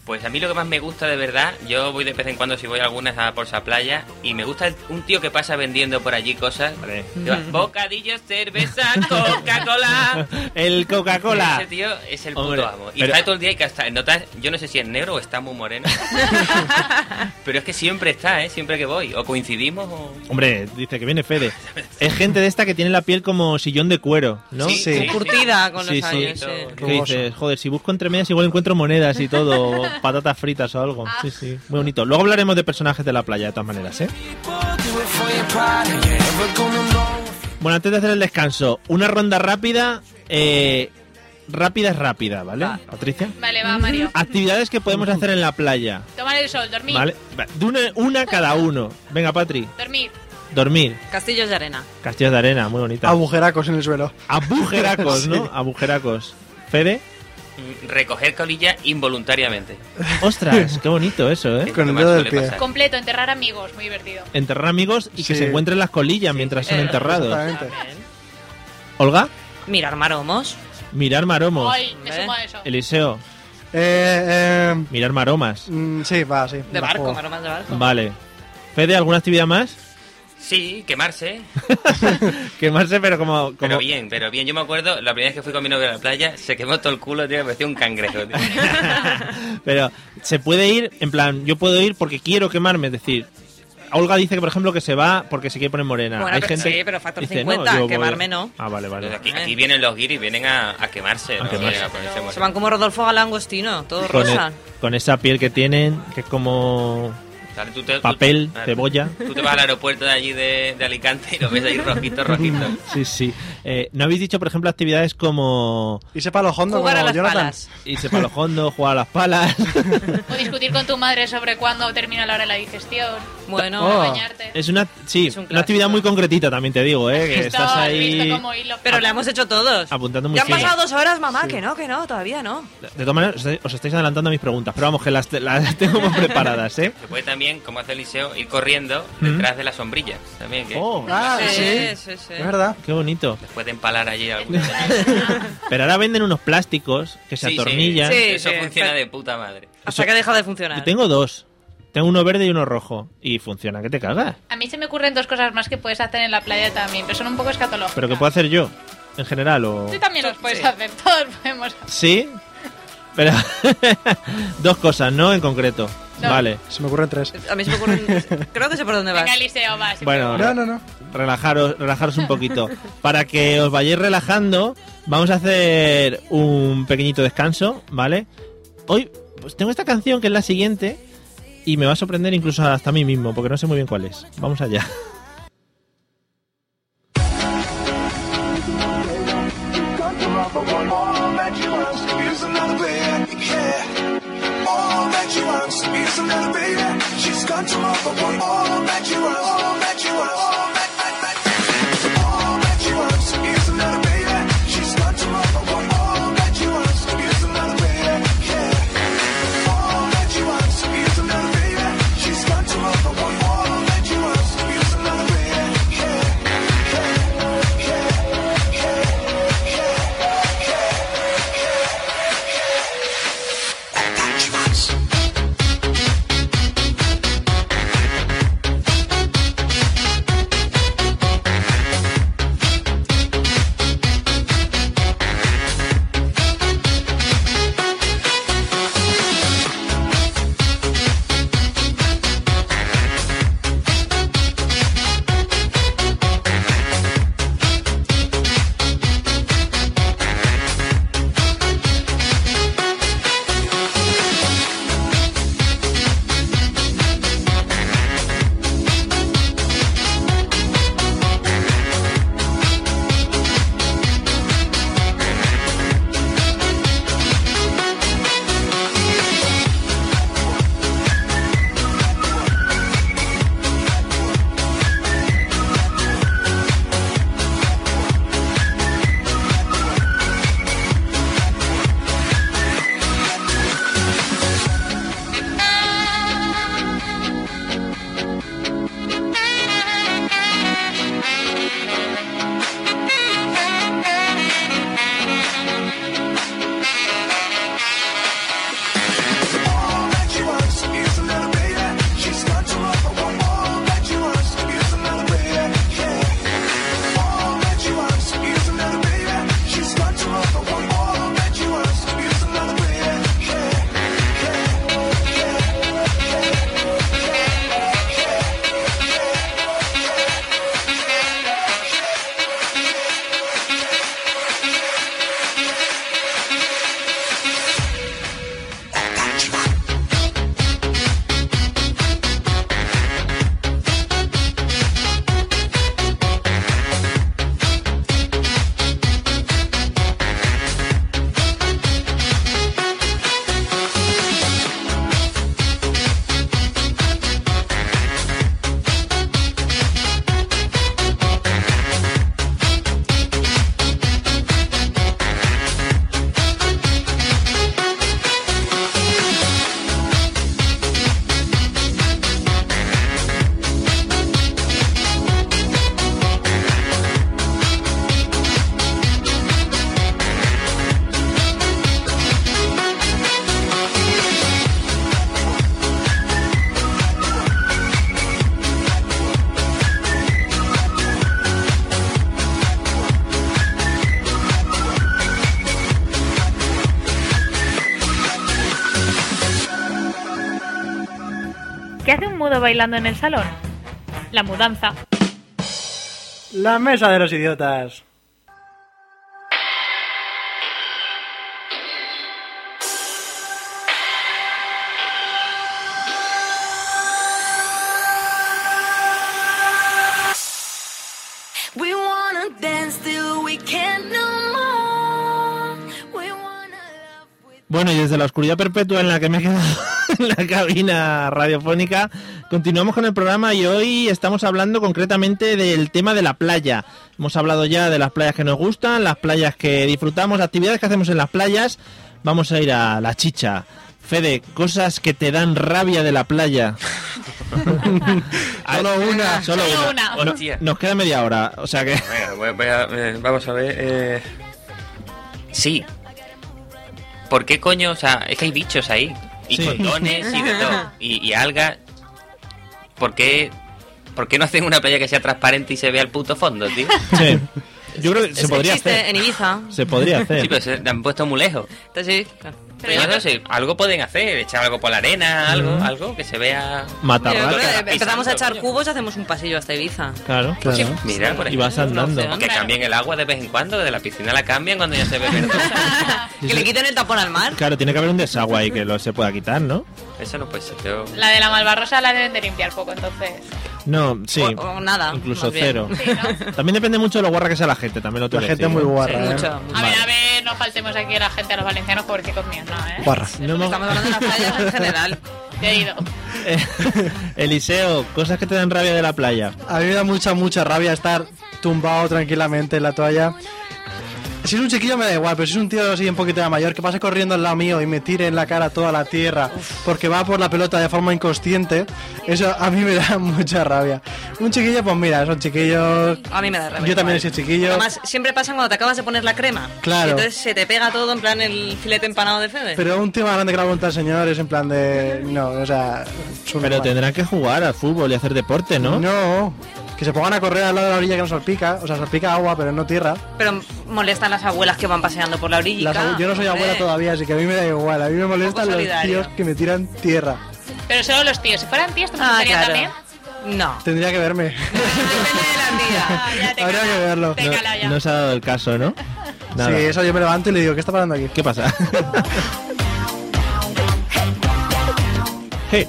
H: Pues a mí lo que más me gusta de verdad, yo voy de vez en cuando si voy a algunas a por esa playa y me gusta el- un tío que pasa vendiendo por allí cosas.
D: Vale.
H: Que va, Bocadillos, cerveza, Coca-Cola.
D: El Coca-Cola.
H: Ese tío es el
D: Hombre,
H: puto amo. Y
D: pero-
H: está todo el día y que hasta, notas, yo no sé si es negro o está muy moreno. pero es que siempre está, ¿eh? Siempre que voy. O coincidimos o...
D: Hombre, dice que viene Fede. Es gente de esta que tiene la piel como sillón de cuero, ¿no?
G: Sí.
F: Curtida con los
D: Sí, sí.
F: años.
H: Sí,
F: eh.
D: Que dices, joder, si busco entre medias igual encuentro monedas y todo, o patatas fritas o algo.
G: Ah.
D: Sí, sí, muy bonito. Luego hablaremos de personajes de la playa, de todas maneras, ¿eh? Bueno, antes de hacer el descanso, una ronda rápida. Eh, rápida es rápida, ¿vale?
F: Va.
D: Patricia.
E: Vale, va, Mario.
D: Actividades que podemos hacer en la playa,
E: Tomar el sol, dormir.
D: ¿vale? Va, De una, una cada uno. Venga, Patri.
E: Dormir.
D: Dormir.
F: Castillos de arena.
D: Castillos de arena, muy bonita.
G: Agujeracos en el suelo.
D: Agujeracos, ¿no?
G: Sí.
D: Agujeracos. Fede.
H: Mm, Recoger colillas involuntariamente.
D: Ostras, qué bonito eso, ¿eh?
H: Es
G: Con el
H: lo que más
G: dedo del
H: suele
G: pie.
H: pasar.
E: Completo, enterrar amigos, muy divertido.
D: enterrar amigos y que
G: Sí.
D: se encuentren las colillas mientras son
F: Eh,
D: enterrados.
G: Exactamente.
D: Olga,
F: Mirar maromos.
D: mirar maromos.
E: Ay, me
F: Hombre.
E: sumo a eso.
D: Eliseo,
G: Eh, eh,
D: mirar maromas.
G: mm, sí, va, sí.
F: De
G: la
F: barco,
G: juego.
F: maromas de barco.
D: Vale. Fede, ¿alguna actividad más?
H: Sí, quemarse.
D: Quemarse, pero como... como...
H: Pero bien, pero bien. Yo me acuerdo, la primera vez que fui con mi novia a la playa, se quemó todo el culo, tío, me parecía un cangrejo, tío.
D: Pero se puede ir, en plan, yo puedo ir porque quiero quemarme, es decir... Olga dice que, por ejemplo, que se va porque se quiere poner morena.
F: Bueno,
D: Hay
F: pero-
D: gente
F: sí, pero factor
D: dice,
F: 50,
D: yo
F: quemarme no.
D: Ah, vale, vale.
H: Aquí, aquí vienen los guiris, vienen a, a quemarse,
D: A
H: ¿no?
D: quemarse.
H: Vienen a ponerse
F: Se
H: morenos.
F: van como Rodolfo Galangostino, todo
D: Con,
F: rosa.
D: e- con esa piel que tienen, que es como...
H: Claro, tú te-
D: Papel,
H: tú- claro.
D: cebolla.
H: Tú te vas al aeropuerto de allí de, de Alicante y lo ves ahí rojito, rojito.
D: Sí, sí. Eh, ¿No habéis dicho, por ejemplo, actividades como.
G: Irse para los hondos,
H: Jugar a como las Jonathan. palas.
D: Irse para los hondos, jugar a las palas.
E: O discutir con tu madre sobre cuándo termina la hora de la digestión.
D: Oh,
E: bañarte.
D: es una, sí,
E: un
D: una actividad muy concretita, también te digo, ¿eh? Que
E: Estaba
D: estás
E: visto
D: ahí
E: como hilo.
F: Pero la hemos hecho todos.
D: apuntando muy
F: Ya han
D: fino.
F: pasado dos horas, mamá, que no, que no, todavía no.
D: De todas maneras, os estáis- os estáis adelantando a mis preguntas, pero vamos, que las, te- las tengo más preparadas, ¿eh?
H: Se puede también, como hace el liceo, ir corriendo detrás de la sombrilla. También, que
G: ah,
F: sí, sí, sí.
G: Es verdad.
D: Qué bonito.
H: puede empalar allí algún
D: Pero ahora venden unos plásticos que se
H: Sí, sí.
D: atornillan.
H: Sí, Eso sí. funciona de puta madre.
F: Hasta que ha dejado de funcionar.
D: Yo tengo dos. Tengo uno verde y uno rojo. Y funciona, que te cagas.
E: A mí se me ocurren dos cosas más que puedes hacer en la playa también, pero son un poco escatológicas.
D: Pero que puedo hacer yo, en general, o...
E: Tú también los puedes hacer, todos podemos hacer.
D: Sí, pero... dos cosas, ¿no? En concreto.
E: No.
D: Vale.
G: Se me ocurren tres.
F: A mí se me ocurren. Creo que sé por dónde vas.
E: Venga, Eliseo, va. sí,
D: Bueno,
E: pero-
D: Relajaros, relajaros un poquito. Para que os vayáis relajando, vamos a hacer un pequeñito descanso, ¿vale? Hoy pues tengo esta canción que es la siguiente y me va a sorprender incluso hasta a mí mismo, porque no sé muy bien cuál es. Vamos allá.
E: ¿Qué hace un mudo bailando en el salón? La mudanza.
G: La mesa de los idiotas.
D: Bueno, y desde la oscuridad perpetua en la que me he quedado en la cabina radiofónica, continuamos con el programa y hoy estamos hablando concretamente del tema de la playa. Hemos hablado ya de las playas que nos gustan, las playas que disfrutamos, actividades que hacemos en las playas. Vamos a ir a la chicha. Fede, cosas que te dan rabia de la playa. solo una, solo
E: Solo
D: una.
E: una.
D: Bueno,
H: Hostia.
D: nos queda media hora, o sea que...
H: Venga, voy a- voy a- eh, vamos a ver. eh, Sí. ¿Por qué coño? O sea, es que hay bichos ahí. Y
D: Sí.
H: condones y de todo. Y, y algas. ¿Por qué, ¿Por qué no hacen una playa que sea transparente y se vea el puto fondo, tío?
D: Sí. Yo creo que se
F: Ese
D: podría
F: existe
D: hacer.
F: en Ibiza.
D: Se podría
H: Sí,
D: hacer.
H: pero se le han puesto muy lejos.
F: Entonces, sí, claro.
H: Pero yo no sé, algo pueden hacer, echar algo por la arena, algo, algo que se vea.
D: Matar
F: Mira,
D: ratas.
F: yo creo que
H: Pisando,
F: empezamos a echar
H: coño.
F: cubos y hacemos un pasillo hasta Ibiza.
D: Claro.
G: Claro.
H: Mira, por
D: Y
H: ejemplo,
D: vas andando.
H: O que cambien el agua de vez en cuando, de la piscina la cambian cuando ya se ve verde. Ah.
F: Que le quiten el tapón al mar.
D: Claro, tiene que haber un desagüe ahí que lo se pueda quitar, ¿no?
H: Eso no puede ser. yo-
E: La de la Malvarrosa la deben de limpiar poco, entonces.
D: No, sí.
F: O, o nada.
D: Incluso
F: más bien.
D: cero.
E: Sí, ¿no?
D: También depende mucho de lo guarra que sea la gente, también lo tengo
G: La
D: que
G: gente es
D: decir,
G: muy
D: ¿eh?
G: guarra, ¿eh?
F: Mucho.
E: A ver, a ver, no faltemos aquí a la gente, a los valencianos, pobrecitos míos, no, ¿eh?
G: Guarra.
D: No hemos-
F: Estamos hablando de las playas en general.
E: Te he ido.
D: Eh, Eliseo, cosas que te dan rabia de la playa.
G: A mí me da mucha, mucha rabia estar tumbado tranquilamente en la toalla. Si es un chiquillo me da igual, pero si es un tío así un poquito ya mayor que pase corriendo al lado mío y me tire en la cara toda la tierra porque va por la pelota de forma inconsciente, eso a mí me da mucha rabia. Un chiquillo, pues mira, son chiquillos.
F: A mí me da rabia.
G: Yo también
F: igual.
G: soy chiquillo.
F: Además, siempre pasa cuando te acabas de poner la crema.
G: Claro.
F: Y entonces se te pega todo en plan el filete empanado de Fede.
G: Pero un tío más grande que la voluntad del señor es en plan de. No, o sea. su
D: Pero
G: normal.
D: tendrán que jugar al fútbol y hacer deporte, ¿no?
G: No, que se pongan a correr al lado de la orilla que no salpica. O sea, salpica agua, pero no tierra.
F: Pero molestan las abuelas que van paseando por la orilla.
G: Las abu- yo no soy abuela todavía, así que a mí me da igual. A mí me molestan los
F: solidario.
G: tíos que me tiran tierra.
E: Pero solo los tíos. Si fueran tíos, ¿te
F: Ah,
E: molestaría
F: claro.
E: también?
F: No.
G: Tendría que verme.
F: Depende de la tía.
E: Ah, ya te he
G: Habría
E: calado,
G: que verlo.
E: te he calado ya.
D: No, no se ha dado el caso, ¿no? Nada.
G: Sí, eso yo me levanto y le digo, ¿qué está pasando aquí?
D: ¿Qué pasa? Hey,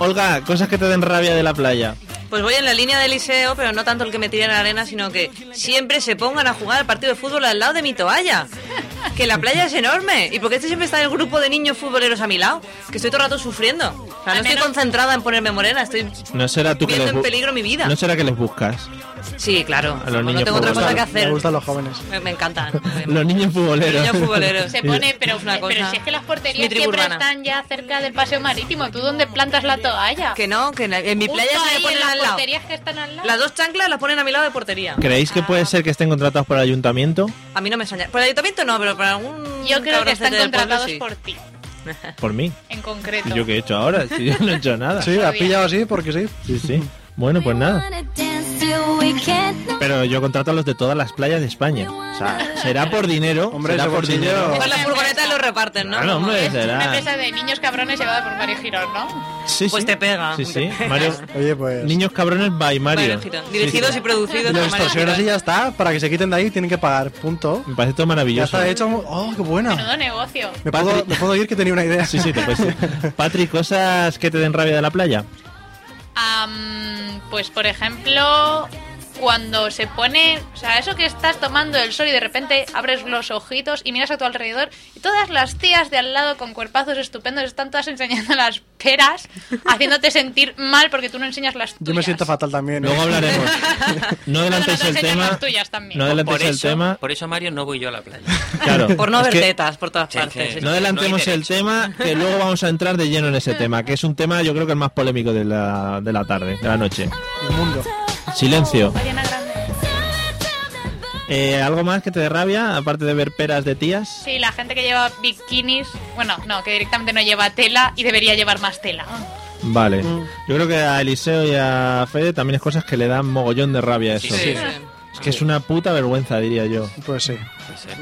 D: Olga, cosas que te den rabia de la playa.
F: Pues voy en la línea del liceo, pero no tanto el que me tire en la arena, sino que siempre se pongan a jugar al partido de fútbol al lado de mi toalla. Que la playa es enorme. Y porque este siempre está en el grupo de niños futboleros a mi lado, que estoy todo el rato sufriendo. O sea, no
E: Al
F: estoy
E: menos-
F: concentrada en ponerme morena, estoy
D: No será tú que
F: viendo
D: les
F: en
D: bu-
F: peligro mi vida.
D: ¿No será que les buscas?
F: Sí, claro.
D: A los
F: Como
D: niños
F: no tengo otra
D: futboleros.
F: cosa que
G: Me
F: hacer.
G: gustan los jóvenes.
F: Me, me encantan.
D: Los niños futboleros.
F: Niños futboleros.
E: Se pone, pero,
F: Es una
E: pero
F: cosa.
E: si es que las
F: Mi
E: porterías
F: tribu
E: siempre
F: urbana.
E: están ya cerca del paseo marítimo, ¿tú dónde plantas la toalla?
F: Que no, que en, la- en mi
E: Justo
F: playa se
E: ahí,
F: me ponen
E: en
F: al
E: las
F: lado.
E: porterías que están al lado.
F: Las dos chanclas las ponen a mi lado de portería.
D: ¿Creéis que
F: Ah.
D: puede ser que estén contratados por el ayuntamiento?
F: A mí no me extraña. Por el ayuntamiento no, pero para algún.
E: Yo creo que
F: cabroncete
E: están
F: del pueblo
E: contratados
F: sí.
E: por ti,
D: Por mí.
E: en concreto.
D: ¿Y yo qué he hecho ahora? Si yo no he hecho nada.
G: Sí, la has pillado así porque sí.
D: Sí, sí. Bueno, pues nada. Pero yo contrato a los de todas las playas de España. O sea, será por dinero.
G: Hombre,
D: será
G: eso
D: por
G: por dinero.
D: dinero.
F: Pues las furgonetas lo reparten, ¿no?
D: Claro, hombre,
E: Es una
D: será.
E: empresa de niños cabrones llevada por Mario Girón, ¿no?
D: Sí,
F: Pues
D: sí.
F: te pega.
D: Sí, sí.
F: Te pega.
D: Mario.
G: Oye, pues.
D: Niños cabrones by Mario.
F: Mario Girón. Dirigidos
D: Sí,
F: y producidos
G: Lo
F: por Mario
G: extorsionas y
F: Girón.
G: ya está. Para que se quiten de ahí tienen que pagar. Punto.
D: sí. Me parece todo
G: Ya
D: maravilloso.
G: está hecho. Oh, qué buena.
E: Menudo negocio.
G: Me puedo, me puedo ir que tenía una idea.
D: Sí, sí, te puedes ir. Patri, cosas que te den rabia de la playa.
E: Am, pues por ejemplo, cuando se pone, o sea, eso que estás tomando el sol y de repente abres los ojitos y miras a tu alrededor y todas las tías de al lado con cuerpazos estupendos están todas enseñando las peras, haciéndote sentir mal porque tú no enseñas las tuyas.
G: Yo me siento fatal también. ¿eh?
D: Luego hablaremos. No adelantéis
E: Nosotros
D: el
E: enseñamos
D: tema.
E: tuyas también.
D: No adelantéis
H: por,
D: el
H: eso,
D: tema.
H: por eso, Mario, no voy yo a la playa.
D: Claro.
F: Por no
D: es
F: ver
D: que
F: tetas por todas
H: Sí,
F: partes.
H: sí.
F: sí,
D: No adelantemos
H: No hay
D: el tema, que luego vamos a entrar de lleno en ese tema, que es un tema yo creo que el más polémico de la, de la tarde, de la noche.
G: El mundo.
D: Silencio.
E: Ariana Grande.
D: Eh, ¿Algo más que te dé rabia, aparte de ver peras de tías?
E: Sí, la gente que lleva bikinis, bueno, no, que directamente no lleva tela y debería llevar más tela.
D: Vale. Yo creo que a Eliseo y a Fede también es cosas que le dan mogollón de rabia eso.
F: sí.
D: Es que es una puta vergüenza, diría yo.
G: Pues sí.
H: eh.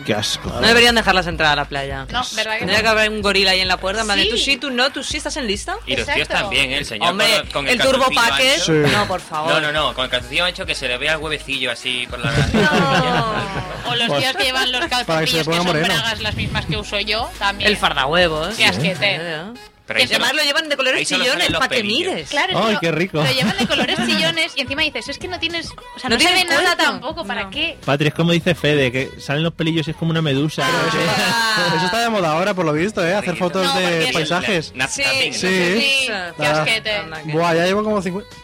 D: Qué asco.
F: No deberían dejarlas entrar a la playa.
E: No, ¿verdad que no?
F: Tendría que haber un gorila ahí en la puerta. en plan de,
E: Sí.
F: Tú sí, tú no, tú sí estás en lista.
H: Y los tíos
E: Exacto.
H: también, ¿eh? el señor
F: Hombre,
H: con, con
F: el, turbo
H: calzoncillo
F: packet.
H: ancho.
G: Sí.
F: No, por favor.
H: No, no, no, con el calzoncillo hecho que se le vea el huevecillo así por la...
E: O los tíos que llevan los
G: Pues Para que se
E: calzoncillos que,
G: ponga
E: son
G: moreno.
E: bragas las mismas que uso yo, también.
F: El fardahuevos.
E: Qué asquete.
F: Eh,
H: Pero
F: que
H: ahí solo-
F: además lo llevan de
H: ahí
F: colores
H: solo salen
F: chillones
H: los
F: para que
H: pelillos.
F: mires.
E: Claro, es
D: Ay,
E: que
D: qué
E: lo-
D: rico.
E: Lo llevan de colores chillones y encima dices, es que no tienes, o sea,
F: No
E: no, se
F: tienes
E: ve nada
F: cuerpo.
E: tampoco, ¿para
F: No.
E: qué?
D: Patri, es como dice Fede, que salen los pelillos y es como una medusa. Ah.
G: Eso está de moda ahora, por lo visto, ¿eh? Hacer fotos
E: No,
G: de
E: porque-
G: paisajes.
H: La- Naptapping.
G: Sí.
E: Sí, qué
G: Ah.
E: asquete.
F: Anda, que-
G: Buah, ya llevo como 50.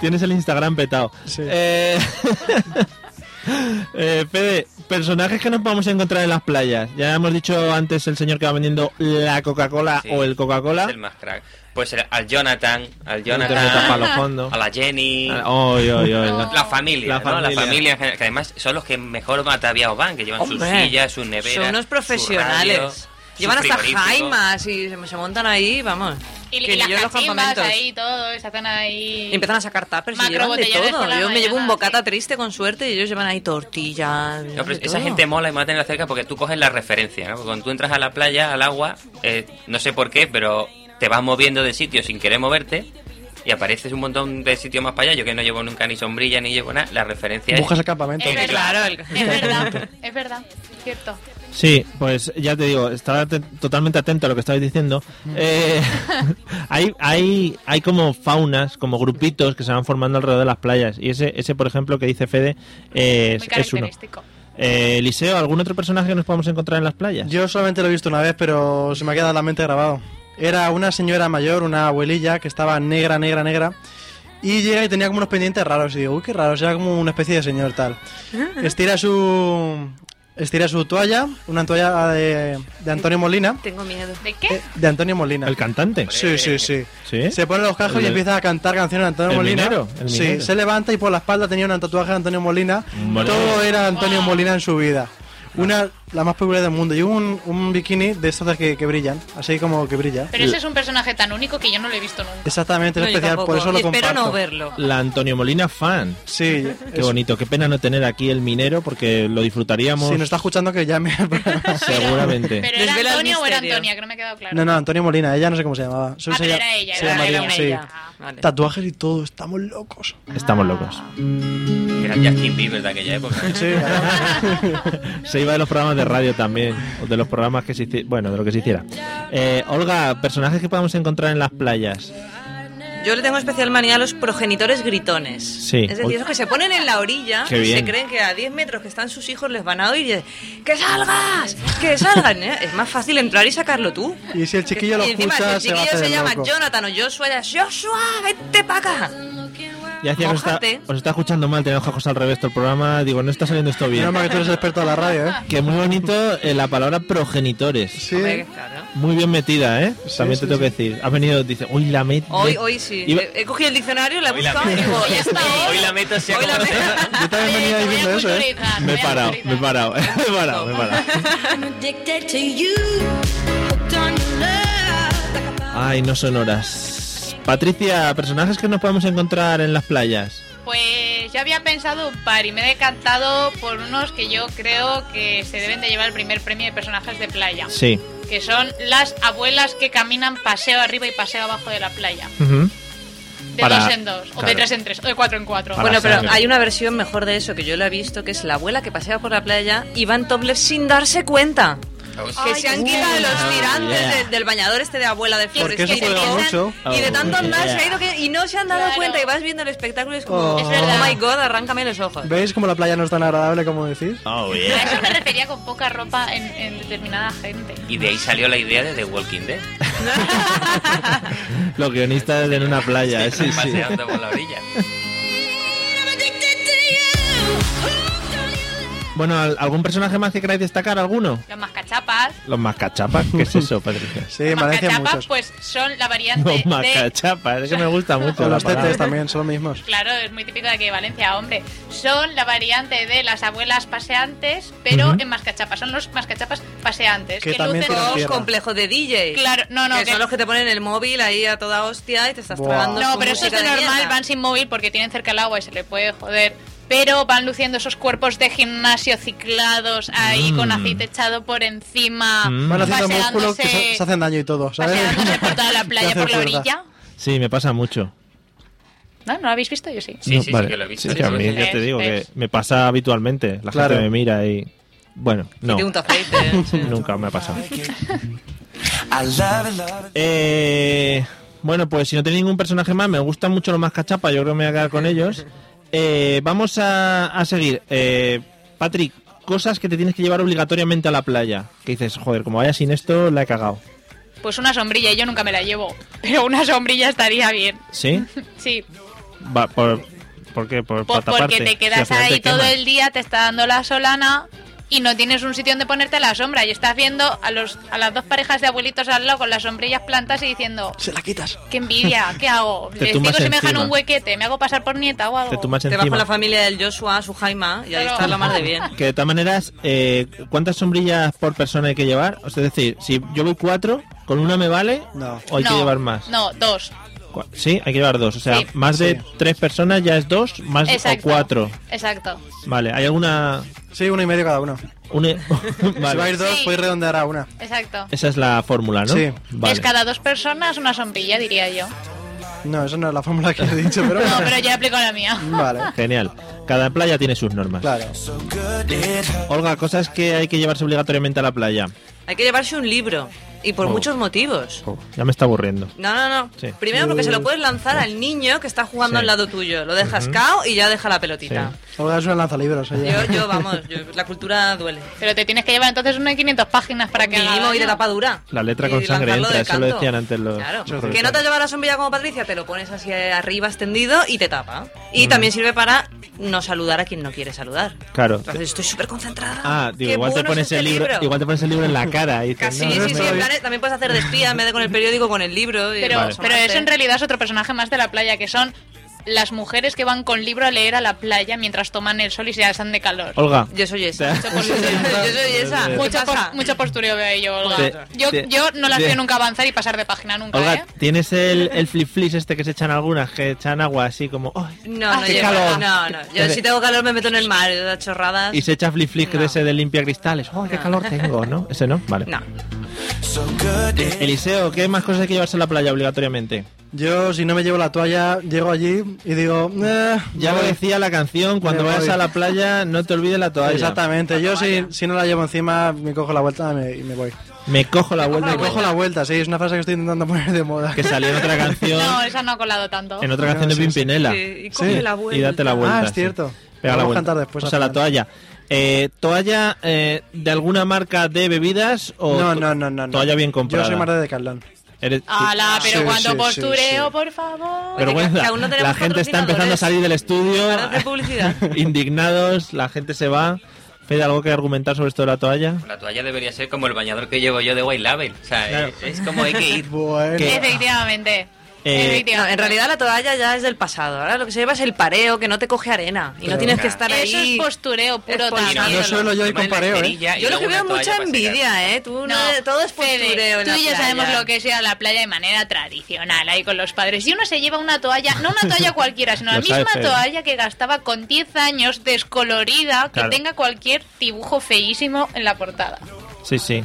D: Tienes el Instagram petado.
G: Sí.
D: Eh, eh, Fede, personajes que nos podemos encontrar en las playas. Ya hemos dicho antes el señor que va vendiendo la Coca-Cola
H: Sí.
D: o el
H: Es
D: Coca-Cola.
H: el más crack. Pues el- al Jonathan, al
D: metas pa'
H: Jonathan,
D: los fondos.
H: a la Jenny,
D: Ah, Oy, oy, oy, la-
H: la familia,
D: La
H: ¿no? La
D: familia.
H: familia en general, que además son los que mejor mataviados van, que llevan sus
F: Hombre,
H: sillas, sus neveras,
F: Son unos
H: su radio,
F: profesionales.
H: su
F: Llevan hasta
H: frigorífico.
F: jaimas y se se montan ahí, vamos.
E: Y, y
F: que ni yo en
E: las
F: los
E: cachimbas
F: campamentos.
E: ahí, todo, esa zona ahí.
F: Y empiezan a sacar tapers y
E: Macro
F: llevan de
E: botellones
F: todo. Yo
E: por la
F: me llevo un
E: mañana,
F: bocata
E: sí.
F: triste con suerte y ellos llevan ahí tortillas.
H: No,
F: llevan
H: pero
F: de
H: esa
F: todo.
H: gente mola y me va a tener cerca porque tú coges la referencia, ¿no? Porque cuando tú entras a la playa, al agua, eh, no sé por qué, pero te vas moviendo de sitio sin querer moverte y apareces un montón de sitios más para allá. Yo que no llevo nunca ni sombrilla ni llevo nada, la referencia
G: Buscas
H: es...
G: el campamento.
E: Es
F: Claro,
E: verdad,
F: el-
E: es verdad, es verdad, cierto.
D: Sí, pues ya te digo, estaba te- totalmente atento a lo que estabais diciendo. Eh, hay, hay, hay como faunas, como grupitos que se van formando alrededor de las playas. Y ese, ese por ejemplo, que dice Fede, eh, es,
E: Muy
D: es uno.
E: característico.
D: Eh, Eliseo, ¿algún otro personaje que nos podamos encontrar en las playas?
G: Yo solamente lo he visto una vez, pero se me ha quedado en la mente grabado. Era una señora mayor, una abuelilla, que estaba negra, negra, negra. Y llega y tenía como unos pendientes raros. Y digo, uy, qué raro, era como una especie de señor tal. Estira su. Estira su toalla, una toalla de, de Antonio Molina.
F: Tengo miedo.
E: ¿De qué?
G: Eh, De Antonio Molina.
D: El cantante.
G: Sí, sí, sí.
D: Sí.
G: Se pone los cajos
D: El-
G: y empieza a cantar canciones de Antonio
D: el
G: Molina.
D: minero, el
G: sí,
D: minero.
G: se levanta y por la espalda tenía un tatuaje de Antonio Molina.
D: Vale.
G: Todo era Antonio Molina en su vida. Una, la más popular del mundo. Y un, un bikini de estos de que, que brillan, así como que brilla.
E: Pero ese es un personaje tan único que yo no lo he visto nunca.
G: Exactamente, es
F: No, yo
G: especial,
F: tampoco.
G: por eso lo
F: Y Espero
G: comparto.
F: no verlo.
D: La Antonio Molina fan.
G: Sí,
D: Qué
G: es-
D: bonito, qué pena no tener aquí el minero porque lo disfrutaríamos
G: Si nos está escuchando, que llame. al programa.
D: seguramente.
E: Pero era
F: Desvela el
E: Antonio o era
F: misterio.
E: Antonia, que no me ha quedado claro.
G: no, no, Antonio Molina, ella no sé cómo se llamaba.
E: Ah, pero era ella,
G: se
E: era
G: llamaría,
E: ella,
G: sí.
E: ella.
F: Vale.
G: Tatuajes y todo, estamos locos.
D: Estamos locos.
H: Era Justin Bieber de aquella época.
G: Sí,
D: Se iba de los programas de radio también, o de los programas que se hici- bueno, de lo que se hiciera. Eh, Olga, personajes que podemos encontrar en las playas.
F: Yo le tengo especial manía a los progenitores gritones.
D: Sí.
F: Es decir, esos que se ponen en la orilla
D: Qué
F: y
D: bien.
F: se creen que a 10 metros que están sus hijos les van a oír y dicen, ¡Que salgas! ¡Que salgan! ¿eh? Es más fácil entrar y sacarlo tú.
G: Y si el chiquillo lo
F: Y encima, si el
G: escucha, se va a
F: chiquillo se,
G: hacer
F: llama
G: loco.
F: Jonathan o Joshua, ya es, ¡Joshua, vete para acá!
D: Ya decía que os está,
F: Mójate.
D: os está escuchando mal, tenemos cosas al revés todo el programa. Digo, no está saliendo esto bien.
G: Menos mal que tú eres experto de la radio, ¿eh?
D: Que muy bonito eh, la palabra progenitores.
G: Sí.
F: Hombre, claro.
D: Muy bien metida, ¿eh?
G: Sí,
D: También te
G: sí,
D: tengo que decir. Has venido, dice, uy, la met.
F: Hoy, hoy sí. eh,
D: Iba-
F: He cogido el diccionario, la he
H: Hoy la
F: buscado y
H: meto.
F: digo,
E: Hoy está,
F: "Ey,
H: Hoy la meto sea
F: hoy la
H: como sea.
F: meto".
G: Yo también
E: Oye,
G: venía
E: te voy a
G: diciendo eso, ¿eh?
E: culturizar,
D: Me he
E: te voy a
D: parado, me he
E: culturizar.
D: parado, me he parado, me he parado. Ay, no son horas. Patricia, personajes que nos podemos encontrar en las playas.
E: Pues yo había pensado un par y me he decantado por unos que yo creo que se deben de llevar el primer premio de personajes de playa,
D: Sí.
E: que son las abuelas que caminan paseo arriba y paseo abajo de la playa, de
D: Para-
E: dos en dos, o de
D: claro.
E: tres en tres, o de cuatro en cuatro.
D: Para
F: Bueno, pero
D: sangre.
F: hay una versión mejor de eso que yo la he visto, que es la abuela que pasea por la playa y va en topless sin darse cuenta. Que se han quitado
E: Ah,
F: los tirantes
D: yeah.
F: del, del bañador este de abuela de flores.
G: Porque
F: que
G: eso
F: se
G: juega
F: piensan-
G: mucho.
F: Y de tanto andar
D: Yeah.
F: se ha ido que, y no se han dado
E: Claro.
F: cuenta y vas viendo el espectáculo y es como,
G: Oh.
F: oh,
G: Es
E: verdad.
F: my god, arráncame los ojos.
G: ¿Veis cómo la playa no es tan agradable como decís?
D: Oh,
E: A eso me refería con poca ropa en, en determinada gente.
H: Y de ahí salió la idea de The Walking Dead.
D: Los guionistas en una playa, eh, sí, sí.
H: Paseando por la orilla.
D: Bueno, ¿al- ¿algún personaje más que queráis destacar? ¿Alguno?
E: Los mascachapas,
D: Los mascachapas, ¿qué es eso, Patricia?
G: Sí,
E: los
G: me parecen
E: mascachapas
G: muchos.
E: pues son la variante
D: Los
E: de
D: mascachapas, es que me gusta mucho.
G: O
D: la
G: los tetes
D: palabra.
G: también, son los mismos.
E: Claro, es muy típico de aquí de Valencia, hombre. Son la variante de las abuelas paseantes, pero
D: Ujú.
E: en mascachapas. Son los mascachapas paseantes.
G: Que también
E: lucen-
G: tienen
F: Con
G: tierra.
F: Oh, complejo de DJ.
E: Claro, no, no.
F: que,
E: que-
F: son los que te ponen el móvil ahí a toda hostia y te estás
G: Buah.
F: tragando.
E: No,
F: su
E: pero eso es
F: música
E: de normal,
F: mierda.
E: van sin móvil porque tienen cerca el agua y se le puede joder. Pero van luciendo esos cuerpos de gimnasio ciclados ahí
D: Mm.
E: con aceite echado por encima.
D: Mm.
G: Van haciendo
E: paseándose-
G: músculos que se, se hacen daño y todo, ¿sabes?
E: paseándose por toda la
G: Te
E: playa,
G: hace
E: por la
G: fuerza.
E: orilla.
D: Sí, me pasa mucho.
E: ¿No? ¿No lo habéis visto? Yo sí.
H: Sí,
D: No,
H: sí, sí,
D: vale.
H: que lo he visto.
D: Sí,
H: Sí,
D: que a
H: sí,
D: mí
H: sí.
D: ya te digo que
E: Es-
D: me pasa habitualmente. La
G: Claro.
D: gente me mira y Bueno, no.
F: Tiene un aceite. sí.
D: Nunca me ha pasado. Eh, bueno, pues si no tenéis ningún personaje más, me gustan mucho los más cachapa, yo creo que me voy a quedar con ellos. Eh, vamos a, a seguir. Eh, Patrick, cosas que te tienes que llevar obligatoriamente a la playa. Que dices, joder, como vaya sin esto, la he cagado.
E: Pues una sombrilla, yo nunca me la llevo. Pero una sombrilla estaría bien.
D: ¿Sí?
E: Sí,
D: Va, por, ¿Por qué? Por,
E: Pues
D: para taparte.
E: porque te
D: Si al
E: quedas
D: final te
E: ahí todo
D: quemas.
E: el día, te está dando la solana y no tienes un sitio donde ponerte la sombra. Y estás viendo a, los, a las dos parejas de abuelitos al lado con las sombrillas plantas y diciendo,
G: Se la quitas.
E: qué envidia, ¿qué hago? Eh,
D: Te
E: Les digo
D: tumbas
E: si me dejan
D: encima.
E: un huequete, me hago pasar por nieta o algo.
D: Te tumbas
F: Te vas
D: encima.
F: con la familia del Joshua, su Jaima, y ahí
E: Claro.
F: está la mar de bien.
D: Que de todas maneras, eh, ¿cuántas sombrillas por persona hay que llevar? O sea, es decir, si yo voy cuatro, ¿con una me vale?
G: No.
D: ¿O hay que
E: No,
D: llevar más?
E: No, dos.
D: Cu- Sí, hay que llevar dos. O sea,
E: Sí.
D: más de tres personas ya es dos, más
E: Exacto.
D: o cuatro.
E: Exacto.
D: Vale, ¿hay alguna...?
G: Sí, uno y medio cada uno.
D: Una...
G: Si va a
D: vale.
G: ir dos,
E: Sí.
G: puedes redondear a una.
E: Exacto.
D: Esa es la fórmula, ¿no?
G: Sí.
D: Vale.
E: Es cada dos personas una sombrilla, diría yo.
G: No, esa no es la fórmula que he dicho, pero.
E: No, pero yo aplico la mía.
G: Vale,
D: Genial. Cada playa tiene sus normas.
G: claro.
D: Olga, cosas que hay que llevarse obligatoriamente a la playa.
F: Hay que llevarse un libro. Y por
D: Oh.
F: muchos motivos.
D: Oh, ya me está aburriendo.
F: No, no, no.
D: Sí.
F: Primero porque se lo puedes lanzar al niño que está jugando
D: Sí.
F: al lado tuyo. Lo dejas cao y ya deja la pelotita.
G: Olga es una lanzalibros, oye.
F: Yo, yo, vamos, yo- la cultura duele.
E: Pero te tienes que llevar entonces unas 500 páginas para que... haga
F: Mínimo y de
E: daño.
F: tapadura.
D: La letra
F: Y
D: con sangre
F: lanzarlo
D: entra,
F: de
D: eso lo
F: canto.
D: decían antes los-
F: Claro.
D: los
F: Que no te lleva la sombrilla como Patricia, te lo pones así arriba extendido y te tapa. Y también sirve para no saludar a quien no quiere saludar.
D: Claro.
F: Entonces estoy súper concentrada.
D: Ah, digo,
F: Qué
D: igual te
F: bueno es
D: pones
F: este
D: el libro, igual te pones el libro en la cara y dices,
F: Casi,
D: no,
F: sí,
D: no
F: sí,
D: me
F: en
D: voy.
F: plan, eh, también puedes hacer de espía en vez de con el periódico, con el libro. y-
E: Pero,
D: Vale.
E: pero eso en realidad es otro personaje más de la playa, que son las mujeres que van con libro a leer a la playa mientras toman el sol y se alzan de calor.
D: Olga,
F: Yo soy esa.
D: Te-
F: Yo soy esa. ¿Qué
E: Mucho,
F: pasa?
E: pos- mucho postureo veo ahí yo, Olga.
D: Te-
E: yo,
D: te-
E: yo no las
D: te-
E: veo nunca avanzar y pasar de página nunca,
D: Olga,
E: ¿eh?
D: ¿tienes el, el flip flis este que se echan algunas, que echan agua así como... "Ay",
E: Ah,
F: No, no,
D: qué
F: llego.
D: calor.
F: no, no. Yo si tengo calor me meto en el mar, yo de chorradas.
D: y se echa flip flis
F: No.
D: de ese de limpia cristales. ¡Oh, qué
F: No.
D: calor tengo! ¿No? Ese no, vale.
F: No.
D: Eliseo, ¿qué más cosas hay que llevarse a la playa obligatoriamente?
G: Yo, si no me llevo la toalla, llego allí y digo. eh,
D: Ya lo
G: voy.
D: decía la canción, cuando
G: Me
D: vayas
G: voy.
D: a la playa no te olvides la toalla.
G: Exactamente, yo si, si no la llevo encima, me cojo la vuelta me- y me voy.
D: Me cojo la vuelta
G: Me
D: y me-
G: cojo la vuelta, sí, es una frase que estoy intentando poner de moda.
D: que salió en otra canción,
E: No, esa no ha colado tanto.
D: en otra canción de
G: sí, sí.
D: Pimpinela.
F: Sí, y coge la vuelta.
D: Y date la vuelta.
G: Ah, es
D: sí.
G: cierto.
D: Pega la
G: Vamos a
D: vuelta.
G: cantar después,
D: O sea, la
G: al final.
D: toalla. Eh, ¿Toalla eh, de alguna marca de bebidas o
G: No,
D: to-
G: no, no, no. no.
D: toalla bien comprada?
G: Yo soy más de Decathlon.
D: Eres-
E: Ala, pero
G: Sí,
E: cuando
G: sí, sí,
E: postureo,
G: sí.
E: por favor.
D: Vergüenza.
F: que aún no tenemos
D: la gente está empezando a
F: patrocinadores.
D: salir del estudio.
F: Paros de publicidad.
D: indignados, la gente se va. Fede, ¿algo que argumentar sobre esto de la toalla?
H: La toalla debería ser como el bañador que llevo yo de White Label. O sea,
D: Claro.
H: es, es como hay que ir.
G: Bueno.
D: ¿Qué?
E: Efectivamente.
D: Eh,
F: No,
E: Efectivamente.
F: en realidad la toalla ya es del pasado. Ahora lo que se lleva es el pareo, que no te coge arena. Y no tienes que estar ahí.
E: Eso es postureo puro
F: Es postureo.
E: también.
G: No suelo yo ir con pareo, ¿eh?
F: Yo lo que veo es mucha envidia, ¿eh? Tú, no, todo es
E: Fede,
F: postureo en
E: Tú
F: la
E: y yo sabemos
F: playa.
E: lo que es ir a la playa de manera tradicional, ahí con los padres. Y uno se lleva una toalla, no una toalla cualquiera, sino la
D: Lo sabe
E: misma
D: Fede.
E: toalla que gastaba con 10 años, descolorida, que
D: Claro.
E: tenga cualquier dibujo feísimo en la portada.
D: Sí, sí.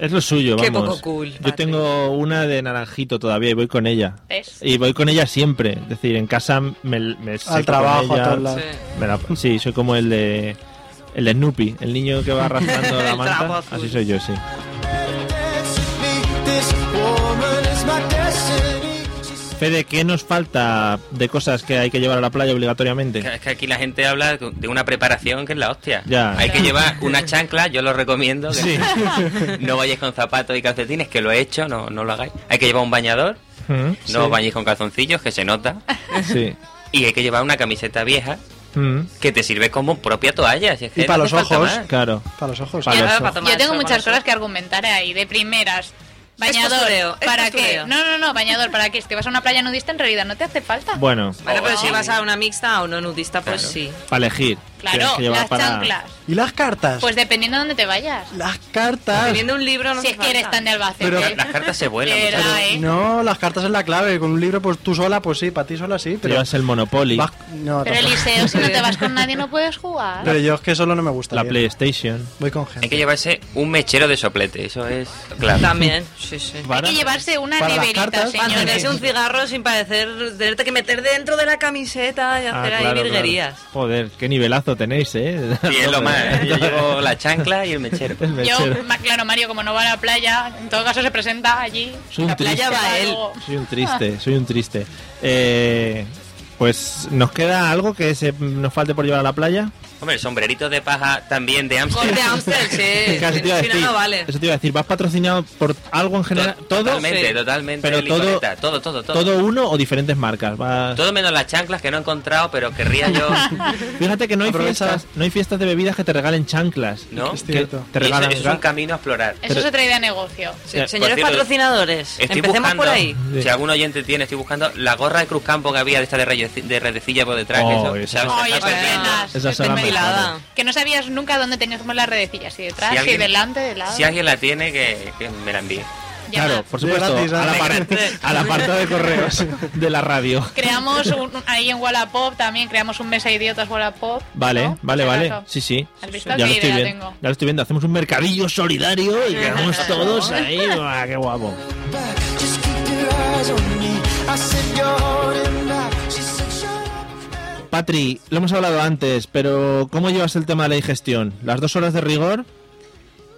D: Es lo suyo,
F: Qué
D: vamos.
F: poco cool,
D: Yo
F: Patrick.
D: tengo una de naranjito todavía y voy con ella.
E: ¿Ves?
D: Y voy con ella siempre. Es decir, en casa me, me seco con
G: trabajo, a todos lados.
F: Sí.
D: Me la- sí, soy como el de el de Snoopy, el niño que va arrastrando la
F: El trapo
D: manta.
F: azul.
D: Así soy yo, sí. Fede, ¿qué nos falta de cosas que hay que llevar a la playa obligatoriamente?
H: Es que aquí la gente habla de una preparación que es la hostia.
D: Ya.
H: Hay que llevar una chancla, yo lo recomiendo. que
D: Sí.
H: No vayáis con zapatos y calcetines, que lo he hecho, no, no lo hagáis. Hay que llevar un bañador,
D: Mm,
H: no os bañéis con calzoncillos, que se nota.
D: Sí.
H: Y hay que llevar una camiseta vieja
D: Mm,
H: que te sirve como propia toalla. si es que
G: Y
H: no
G: para
H: hace
G: los
H: falta
G: ojos,
H: más.
D: Claro.
G: Para los ojos.
D: Para
F: Ya,
D: los
F: para
D: ojos.
F: tomar
E: Yo tengo
F: eso,
E: muchas
F: con
E: cosas
F: eso.
E: que argumentar ahí, de primeras. Bañador,
F: postureo, es
E: ¿para qué?
F: postureo.
E: No, no, no, bañador, ¿para qué? Si te vas a una playa nudista, en realidad no te hace falta.
D: Bueno,
F: Bueno, pero
H: Oh,
F: si
H: sí.
F: vas a una mixta o no nudista, pues
H: Claro.
F: sí.
D: para elegir. Tienes
E: claro,
D: que llevar
E: las
D: para-
E: chanclas.
G: ¿Y las cartas?
E: Pues dependiendo de dónde te vayas.
G: las
D: Ah.
G: cartas.
F: Viendo un libro no
E: Si
F: hace
E: es que eres
F: falta.
E: tan de Albacete.
G: Pero-
H: Las cartas se vuelan.
E: Pero-
H: muchachos.
E: ¿eh?
G: No, las cartas es la clave. Con un libro, pues tú sola, pues sí, para ti sola sí,
D: Te
G: pero.
D: Llevas el Monopoly,
G: vas- no,
E: Pero
G: tampoco.
E: Eliseo, si no te vas con nadie no puedes jugar.
G: Pero yo es que solo no me gusta.
D: la
G: tío.
D: PlayStation.
G: Voy con
H: Hay que
G: gente.
H: llevarse un mechero de soplete, eso es claro.
F: También, sí, sí.
E: Hay que llevarse una
G: Para las
E: neverita,
G: cartas,
F: Para encenderse un
E: señores.
F: cigarro sin parecer tenerte que meter dentro de la camiseta y hacer
D: Ah,
F: ahí
D: claro, claro.
F: virguerías.
D: Joder, qué nivelazo esto tenéis, ¿eh?
H: Sí, es lo más. ¿eh? Yo llevo la chancla y el mechero.
D: El
E: Yo,
D: mechero.
E: más claro, Mario, como no va a la playa, en todo caso se presenta allí.
D: Soy un triste.
F: playa va él.
E: Algo-
D: Soy un triste, soy un triste. Eh, pues, ¿nos queda algo que se nos falte por llevar a la playa?
H: Hombre, el sombrerito de paja también de
F: Con
H: Amsterdam.
F: de Amstel, sí.
D: Casi te iba a
F: Si no,
D: decir-
F: no vale.
D: Eso te iba a decir, ¿vas patrocinado por algo en general? ¿Todo?
H: Totalmente,
F: Sí.
H: totalmente.
D: Pero todo-
H: licoreta, todo, todo, todo,
D: ¿Todo uno o diferentes marcas? Va-
H: Todo menos las chanclas que no he encontrado, pero querría yo.
D: Fíjate que no hay,
G: Aprovecha.
D: fiestas, no hay fiestas de bebidas que te regalen chanclas.
H: ¿No?
G: Es
D: Que
G: cierto.
D: te
H: Y eso-
D: regalan
H: eso es un camino a explorar.
E: Eso es otra idea de negocio.
F: Sí,
D: Eh,
F: señores
H: por cierto,
F: patrocinadores,
H: Estoy
F: empecemos
H: buscando,
F: por ahí.
D: Sí.
H: si algún oyente tiene, estoy buscando la gorra de Cruzcampo que había de esta de, reyeci- de redecilla por detrás. que
D: Oh,
H: eso-
D: esa-
H: o sea,
E: Ay,
H: está
E: esas
H: perfecto.
E: penas.
D: Esas son las
E: Depende-
F: Pelada.
E: Que no sabías nunca dónde teníamos las redecillas, si detrás, si,
H: Si alguien-
E: delante, de lado.
H: Si alguien la tiene, que, que me la envíe.
E: Llamad.
D: Claro, por
G: De
D: supuesto,
G: gratis,
D: al
G: ¿eh?
D: apar- al apartado de correos de la radio.
E: Creamos un, un- ahí en Wallapop también, creamos un mesa de idiotas Wallapop.
D: Vale,
E: ¿no?
D: vale,
E: Por
D: vale.
E: acaso.
D: Sí, sí.
E: ¿Has visto
D: Ya
E: qué
D: lo estoy
E: idea
D: viendo.
E: tengo?
D: Ya lo estoy viendo. Hacemos un mercadillo solidario y quedamos todos ahí. Buah, ¡Qué guapo! Patri, lo hemos hablado antes, pero ¿cómo llevas el tema de la digestión? ¿Las dos horas de rigor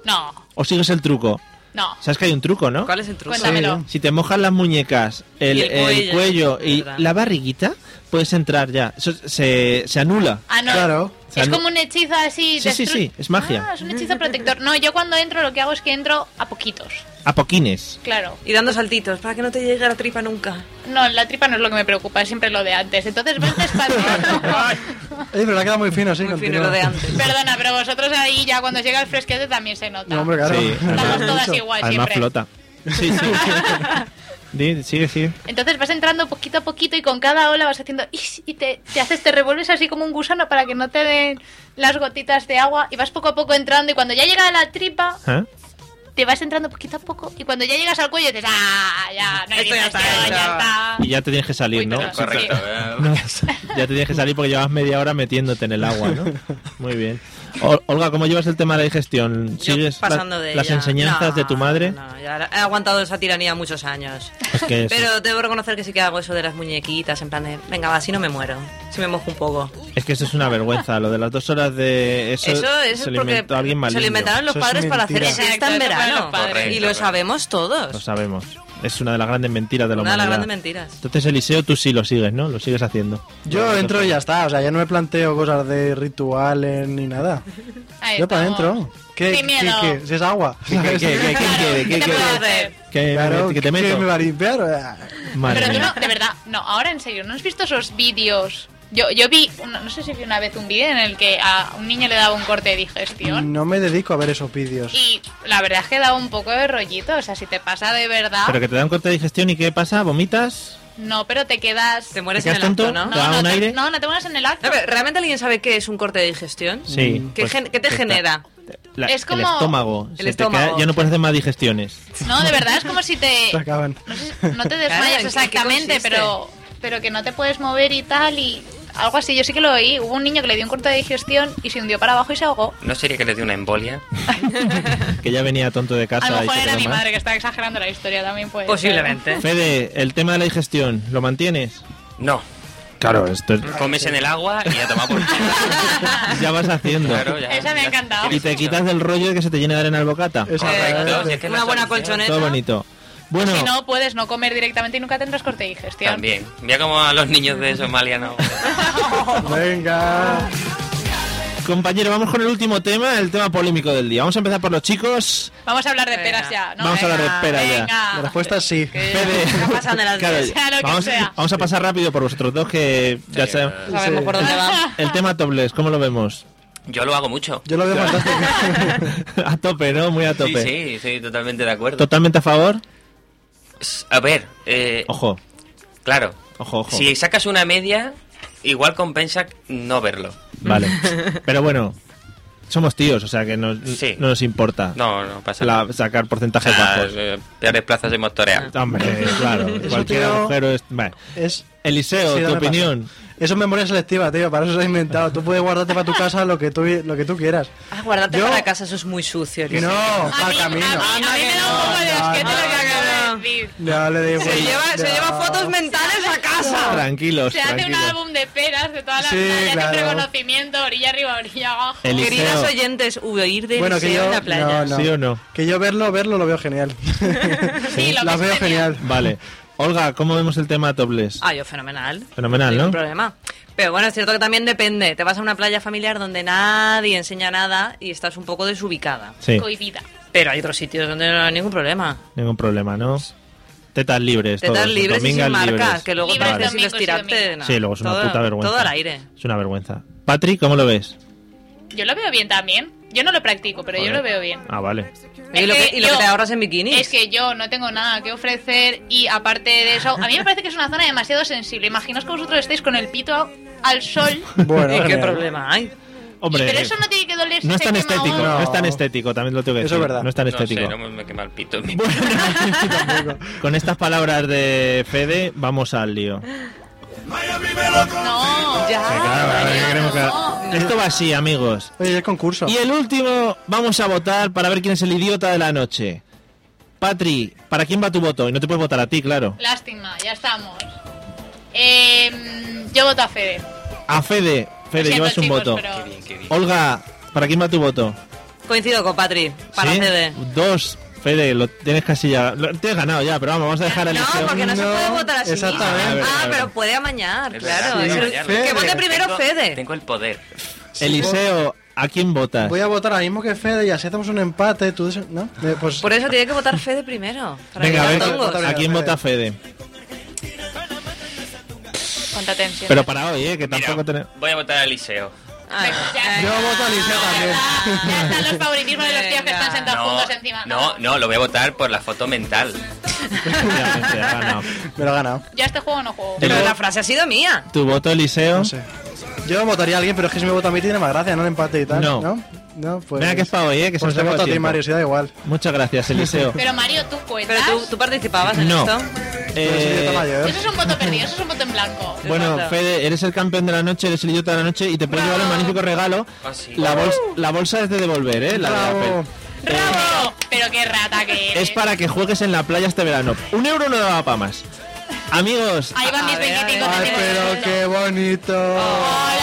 E: No,
D: o sigues el truco?
E: no.
D: Sabes que hay un truco, ¿no?
F: ¿Cuál es el truco?
E: Cuéntamelo.
D: ¿eh? Si te mojas las muñecas, el,
F: Y el
D: el cuello,
F: cuello.
D: y
F: Verdad.
D: la barriguita, puedes entrar ya. Eso se, se anula.
E: Ah, no.
G: Claro.
D: Se
E: Es
D: anu-
E: como un hechizo así.
D: Sí, sí,
E: destru-
D: sí, es magia.
E: Ah, es un hechizo protector. No, yo cuando entro lo que hago es que entro a poquitos.
D: A poquines.
E: Claro.
F: Y dando saltitos, para que no te llegue la tripa nunca.
E: No, la tripa no es lo que me preocupa, es siempre lo de antes. Entonces vas despacio.
G: Oye, pero le ha quedado muy fino, sí,
F: Muy fino
G: continúa.
F: lo de antes.
E: Perdona, pero vosotros ahí ya cuando llega el fresquete también se nota.
G: No, hombre, claro.
D: Sí,
E: Estamos
D: Además-
E: todas igual
D: Además
E: siempre.
D: flota. Sí, sí. Di- sigue, sigue.
E: Entonces vas entrando poquito a poquito y con cada ola vas haciendo "Ish", y te, te haces, te revuelves así como un gusano para que no te den las gotitas de agua y vas poco a poco entrando y cuando ya llega a la tripa
D: ¿Ah?
E: te vas entrando poquito a poco y cuando ya llegas al cuello dices ah ya no hay
F: Esto ya está
E: digestión,
F: hecho".
E: ya
D: Y ya te tienes que salir,
E: Uy,
D: ¿no?
E: perdón.
D: Sí,
H: Correcto.
D: no, Ya te tienes que salir porque llevas media hora metiéndote en el agua, ¿no? Muy bien. O- Olga, ¿cómo llevas el tema de la digestión?
F: Yo
D: ¿Sigues la-
F: pasando de
D: las
F: ella.
D: enseñanzas
F: No,
D: de tu madre?
F: no, ya la- he aguantado esa tiranía muchos años.
D: Es que eso-
F: Pero debo reconocer que sí que hago eso de las muñequitas, en plan de, venga, va, si no me muero, si me mojo un poco.
D: Es que eso es una vergüenza, lo de las dos horas de eso,
F: Eso, es
D: se lo
F: porque
D: inventó alguien
F: se
D: maligno.
F: lo inventaron los
G: Eso es
F: padres para hacer
G: mentira.
F: siesta en
E: Exacto, eso fueron
F: verano.
E: los padres.
F: y
H: Correcto,
F: lo
H: correcto.
F: sabemos
D: Lo
F: todos.
D: sabemos. Es una de las grandes mentiras de la
F: Una de las
D: humanidad.
F: grandes mentiras.
D: Entonces, Eliseo, tú sí lo sigues, ¿no? Lo sigues haciendo.
G: Yo entro y ya está, o sea, ya no me planteo cosas de rituales ni nada.
E: está Ahí
G: Yo para
E: Eh, estamos.
G: adentro. ¿Qué,
E: Sin
G: qué-
E: miedo.
G: qué? Si es agua.
D: ¿Qué, qué, qué,
E: Claro,
D: qué, qué, qué,
E: ¿qué te puedo
D: qué?
E: hacer?
D: ¿Qué,
G: Claro,
D: que te meto?
G: me va a limpiar? Ah.
D: Madre
E: Pero tú
D: mía.
E: no, de verdad, no, ahora en serio, ¿no has visto esos vídeos? Yo, yo vi, no, no sé si vi una vez un vídeo en el que a un niño le daba un corte de digestión.
G: No me dedico a ver esos vídeos.
E: Y la verdad es que da un poco de rollito, o sea, si te pasa de verdad,
D: Pero que te dan corte de digestión y ¿qué pasa? ¿Vomitas?
E: no, pero te quedas...
F: Te mueres
D: ¿Te
F: en
D: quedas
F: el acto,
D: tonto?
F: ¿no?
D: ¿Te da
E: no,
D: un
E: te,
D: aire?
E: no, no te mueres en el acto.
F: No, pero ¿Realmente alguien sabe qué es un corte de digestión?
D: Sí.
G: Mm,
F: ¿Qué,
D: pues,
F: gen- qué te
D: está.
F: genera?
D: La-
E: Es como-
D: El estómago.
F: El
D: Se te
F: estómago.
D: queda- ya no puedes hacer más digestiones.
E: No, de verdad, es como si te...
G: Se acaban.
E: No, sé si- no te
F: Claro, ¿en
E: desmayas
F: qué
E: exactamente,
F: consiste?
E: pero, pero que no te puedes mover y tal, y algo así. Yo sí que lo oí, hubo un niño que le dio un corte de digestión y se hundió para abajo y se ahogó.
H: ¿No sería que le dio una embolia?
D: Que ya venía tonto de casa.
E: A lo
D: y
E: mejor
D: se
E: era
D: quedó
E: mi
D: mal.
E: madre que estaba exagerando la historia también, puede ser.
F: Posiblemente.
D: Fede, el tema de la digestión, ¿lo mantienes?
H: No.
D: Claro, esto
H: Comes en el agua y ya tomas por
D: ya vas haciendo.
H: Claro, ya-
E: Esa me ha
H: ya-
E: encantado.
D: Y te quitas del rollo de que se te llena de arena el bocata.
F: Eh,
G: Esa-
H: Correcto, si es que
F: Una
H: no
F: buena
H: solución.
F: colchoneta.
D: Todo bonito. Bueno,
E: Si no, puedes no comer directamente y nunca tendrás corte de digestión.
H: También. Mira como a los niños de Somalia no.
E: Ah.
G: Venga.
D: compañero, vamos con el último tema, el tema polémico del día. Vamos a empezar por los chicos.
E: Vamos a hablar de
F: Venga.
E: peras ya. ¿no?
D: vamos a hablar de
F: venga,
D: espera ya.
E: Venga.
G: La respuesta es sí.
D: Fede.
F: Ya pasan de las
D: Claro,
F: diez.
E: Sea lo que
D: vamos,
E: sea.
D: vamos a pasar rápido por vosotros dos que ya sabemos.
F: Sabemos por dónde va.
D: El tema topless, ¿cómo lo vemos?
H: Yo lo hago mucho.
G: Yo lo veo fantástico.
D: a tope, ¿no? Muy a
H: Sí,
D: tope.
H: sí, sí, totalmente de acuerdo.
D: ¿Totalmente a favor?
H: S- A ver, eh,
D: Ojo,
H: claro,
D: ojo, ojo.
H: si sacas una media, igual compensa no verlo.
D: Vale. Pero bueno, somos tíos, o sea que nos-
H: Sí.
D: no nos importa
H: No, no pasa nada.
D: la- sacar porcentajes
H: Ah,
D: bajos.
H: eh, Peores plazas de motorea.
D: Hombre, claro,
G: Eso,
D: cualquier
G: tío.
D: agujero es... Vale.
G: Es,
D: Eliseo, tu
G: Sí, dame paso.
D: opinión.
G: Eso es memoria selectiva, tío. Para eso se ha inventado. Tú puedes guardarte para tu casa lo que tú, lo que tú quieras.
F: Ah, guardarte
G: Yo-
F: para casa, eso es muy sucio. Eliseo.
G: No,
E: A
G: para
E: mí, a
G: el
E: mí-
G: camino.
E: a mí me da un poco de
G: No,
E: asquete
G: no,
E: lo que acabo de- feliz.
G: Ya le digo.
F: Se lleva, se lleva fotos mentales a casa.
D: Tranquilos,
E: Se hace un
D: tranquilos.
E: álbum de peras de todas las
G: Sí,
E: playas,
G: claro.
E: un reconocimiento, orilla arriba, orilla abajo.
D: Eliseo.
F: Queridas oyentes, huir de
G: Bueno, que
F: Eliseo
G: yo.
F: en la playa.
G: no, no.
D: ¿Sí o no?
G: Que yo verlo, verlo lo veo genial.
E: Sí, lo
G: la
E: ves
G: veo
E: genial.
G: genial.
D: Vale. Olga, ¿cómo vemos el tema topless?
F: Ah, yo fenomenal.
D: Fenomenal,
F: ningún
D: ¿no?
F: problema. Pero bueno, es cierto que también depende. Te vas a una playa familiar donde nadie enseña nada y estás un poco desubicada.
D: Sí,
E: Cohibida.
F: Pero hay otros sitios donde no hay ningún problema.
D: ningún problema, ¿no? Tetas libres,
F: Te das
D: todos,
F: libres y
D: domingas
F: sin marcas,
D: libres.
F: que luego
E: Libres
F: te
D: Vale.
F: haces y
E: domingos
F: los
E: y
F: tiraste. no.
D: Sí, luego es una
F: Todo-
D: puta vergüenza.
F: Todo al aire.
D: Es una vergüenza. Patrick, ¿cómo lo ves?
E: Yo lo veo bien también. Yo no lo practico, pero yo
D: Joder.
E: lo veo bien.
D: Ah, vale.
F: Y lo
E: Es
F: que,
E: que
F: y lo que
E: yo-
F: te ahorras en bikinis.
E: Es que yo no tengo nada que ofrecer y aparte de eso, a mí me parece que es una zona demasiado sensible. Imaginaos que vosotros estáis con el pito al sol.
G: Bueno,
F: ¿Y qué
G: genial.
F: problema hay?
D: Hombre,
E: pero eso no este tiene que doler. si
D: no es
E: se
D: tan
E: quema
D: estético,
E: uno.
D: no.
G: No.
D: es tan estético, también lo tengo que
G: Eso
D: decir.
G: es verdad.
D: No es tan
H: No
D: estético.
H: sé, no me- me quema el pito. en mi-
D: Con estas palabras de Fede, vamos al lío.
E: No,
D: Claro, a ver, ¿qué queremos que-
E: No.
D: Esto va así, amigos.
G: Oye, y el concurso.
D: Y el último, vamos a votar para ver quién es el idiota de la noche. Patri, ¿para quién va tu voto? Y no te puedes votar a ti, claro.
E: Lástima, ya estamos. Eh, yo voto a Fede.
D: A Fede. Fede,
E: Lo siento,
D: llevas un
E: chicos,
D: voto.
E: pero-
D: Olga, ¿para quién va tu voto?
F: Coincido con Patri. Para
D: ¿Sí?
F: CD.
D: Dos. Fede, lo tienes casi ya. Lo tienes ganado ya, pero vamos, vamos a dejar a
F: No,
D: Eliseo.
F: porque no, se puede
G: No,
F: votar así.
G: exactamente.
D: A ver,
F: Ah,
D: a ver.
F: pero puede amañar,
H: Es
F: claro.
H: verdad,
F: Es el-
H: amañarlo.
F: que
G: Fede.
F: vote primero
H: Tengo-
F: Fede.
H: Tengo el poder.
D: Eliseo, ¿a quién votas?
G: Voy a votar ahora mismo que Fede y así hacemos un empate. Tú des- ¿no? Eh, pues
F: Por eso tiene que votar Fede primero. Para
D: Venga, a
F: que
D: ver,
F: no
G: vota-
F: tongos.
G: vota-
D: ¿a quién vota Fede?
E: Cuánta tensión.
D: Pero para hoy, ¿eh? Que
H: Mira,
D: tampoco tenemos.
H: voy a votar al liceo.
F: Ay,
D: ah,
E: Ya-
G: Yo voto a
E: Ya
G: Eliseo también.
E: está, ya están los favoritismos de los tíos que están sentados
H: No,
E: juntos encima.
H: no, no, lo voy a votar por la foto mental.
D: Efectivamente, ha ganado.
G: me lo ha ganado.
E: Yo a este juego no juego.
D: Yo-
F: Pero la frase ha sido mía.
D: ¿Tu voto, Eliseo?
G: No sé. Yo votaría a alguien, pero es que si me vota a mí tiene más gracia, ¿no? El empate y tal.
D: No.
G: No. No, pues.
D: Venga, que es para hoy, ¿eh? Que se
G: pues
D: nos
G: te
D: acaba
G: voto a
D: el
G: ti,
D: tiempo.
G: Mario, si da igual.
D: Muchas gracias, Eliseo.
E: Pero Mario, tú cuentas.
F: Pero tú, tú participabas en
D: No.
F: esto.
G: Yo soy
D: Eh,
G: idiota mayor.
E: Eso es un voto perdido, eso es un voto en blanco.
D: bueno,
F: Exacto.
D: Fede, eres el campeón de la noche, eres el idiota de la noche y te puedes llevar un magnífico regalo.
H: Ah, sí.
D: La, bols- la bolsa es de devolver, ¿eh? La de
G: Bravo.
D: Apple.
E: ¡Bravo! Pero qué rata que eres.
D: Es para que juegues en la playa este verano. Un euro no daba para más. Amigos,
E: Ahí van
F: A
E: mis
F: ver,
E: 25
D: ah,
F: a ver.
G: Ay,
E: céntimos.
G: pero qué bonito.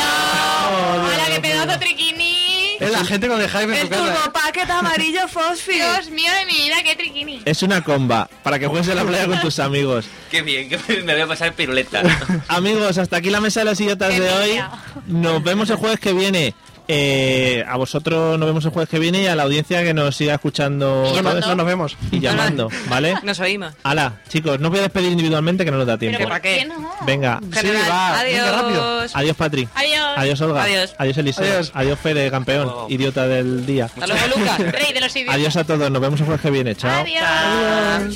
E: ¡Hola!
G: Dios
E: ¡Hola, qué
G: mío.
E: pedazo triquini!
D: Eh,
G: Es la gente con el hype en
F: El
G: su casa.
F: turbo packet amarillo fósforo.
E: Dios mío de mi vida, qué triquini.
D: es una comba para que juegues en la playa con tus amigos.
H: Qué bien, que me voy a pasar piruleta.
D: Amigos, hasta aquí la mesa de los idiotas
E: Qué
D: de hoy.
E: envidia.
D: Nos vemos el jueves que viene. Eh, a vosotros nos vemos el jueves que viene y a la audiencia que nos siga escuchando
E: Y
D: todo
E: llamando.
D: esto.
G: No nos vemos.
D: y llamando, ¿vale?
F: Nos oímos.
D: Hala, chicos, no os voy a despedir individualmente que no nos da tiempo.
E: Pero
F: ¿para
E: ¿por
F: qué?
E: qué no?
D: Venga,
F: General,
G: va, venga, rápido.
F: adiós.
D: adiós Patri.
E: Adiós.
D: Adiós Olga.
F: Adiós.
D: Eliseo.
G: Adiós.
D: Fede, campeón,
H: Wow.
D: idiota del día.
F: Hasta luego, Lucas.
E: Rey de los idiotas.
D: Adiós a todos, nos vemos el jueves que viene. Chao.
E: Adiós.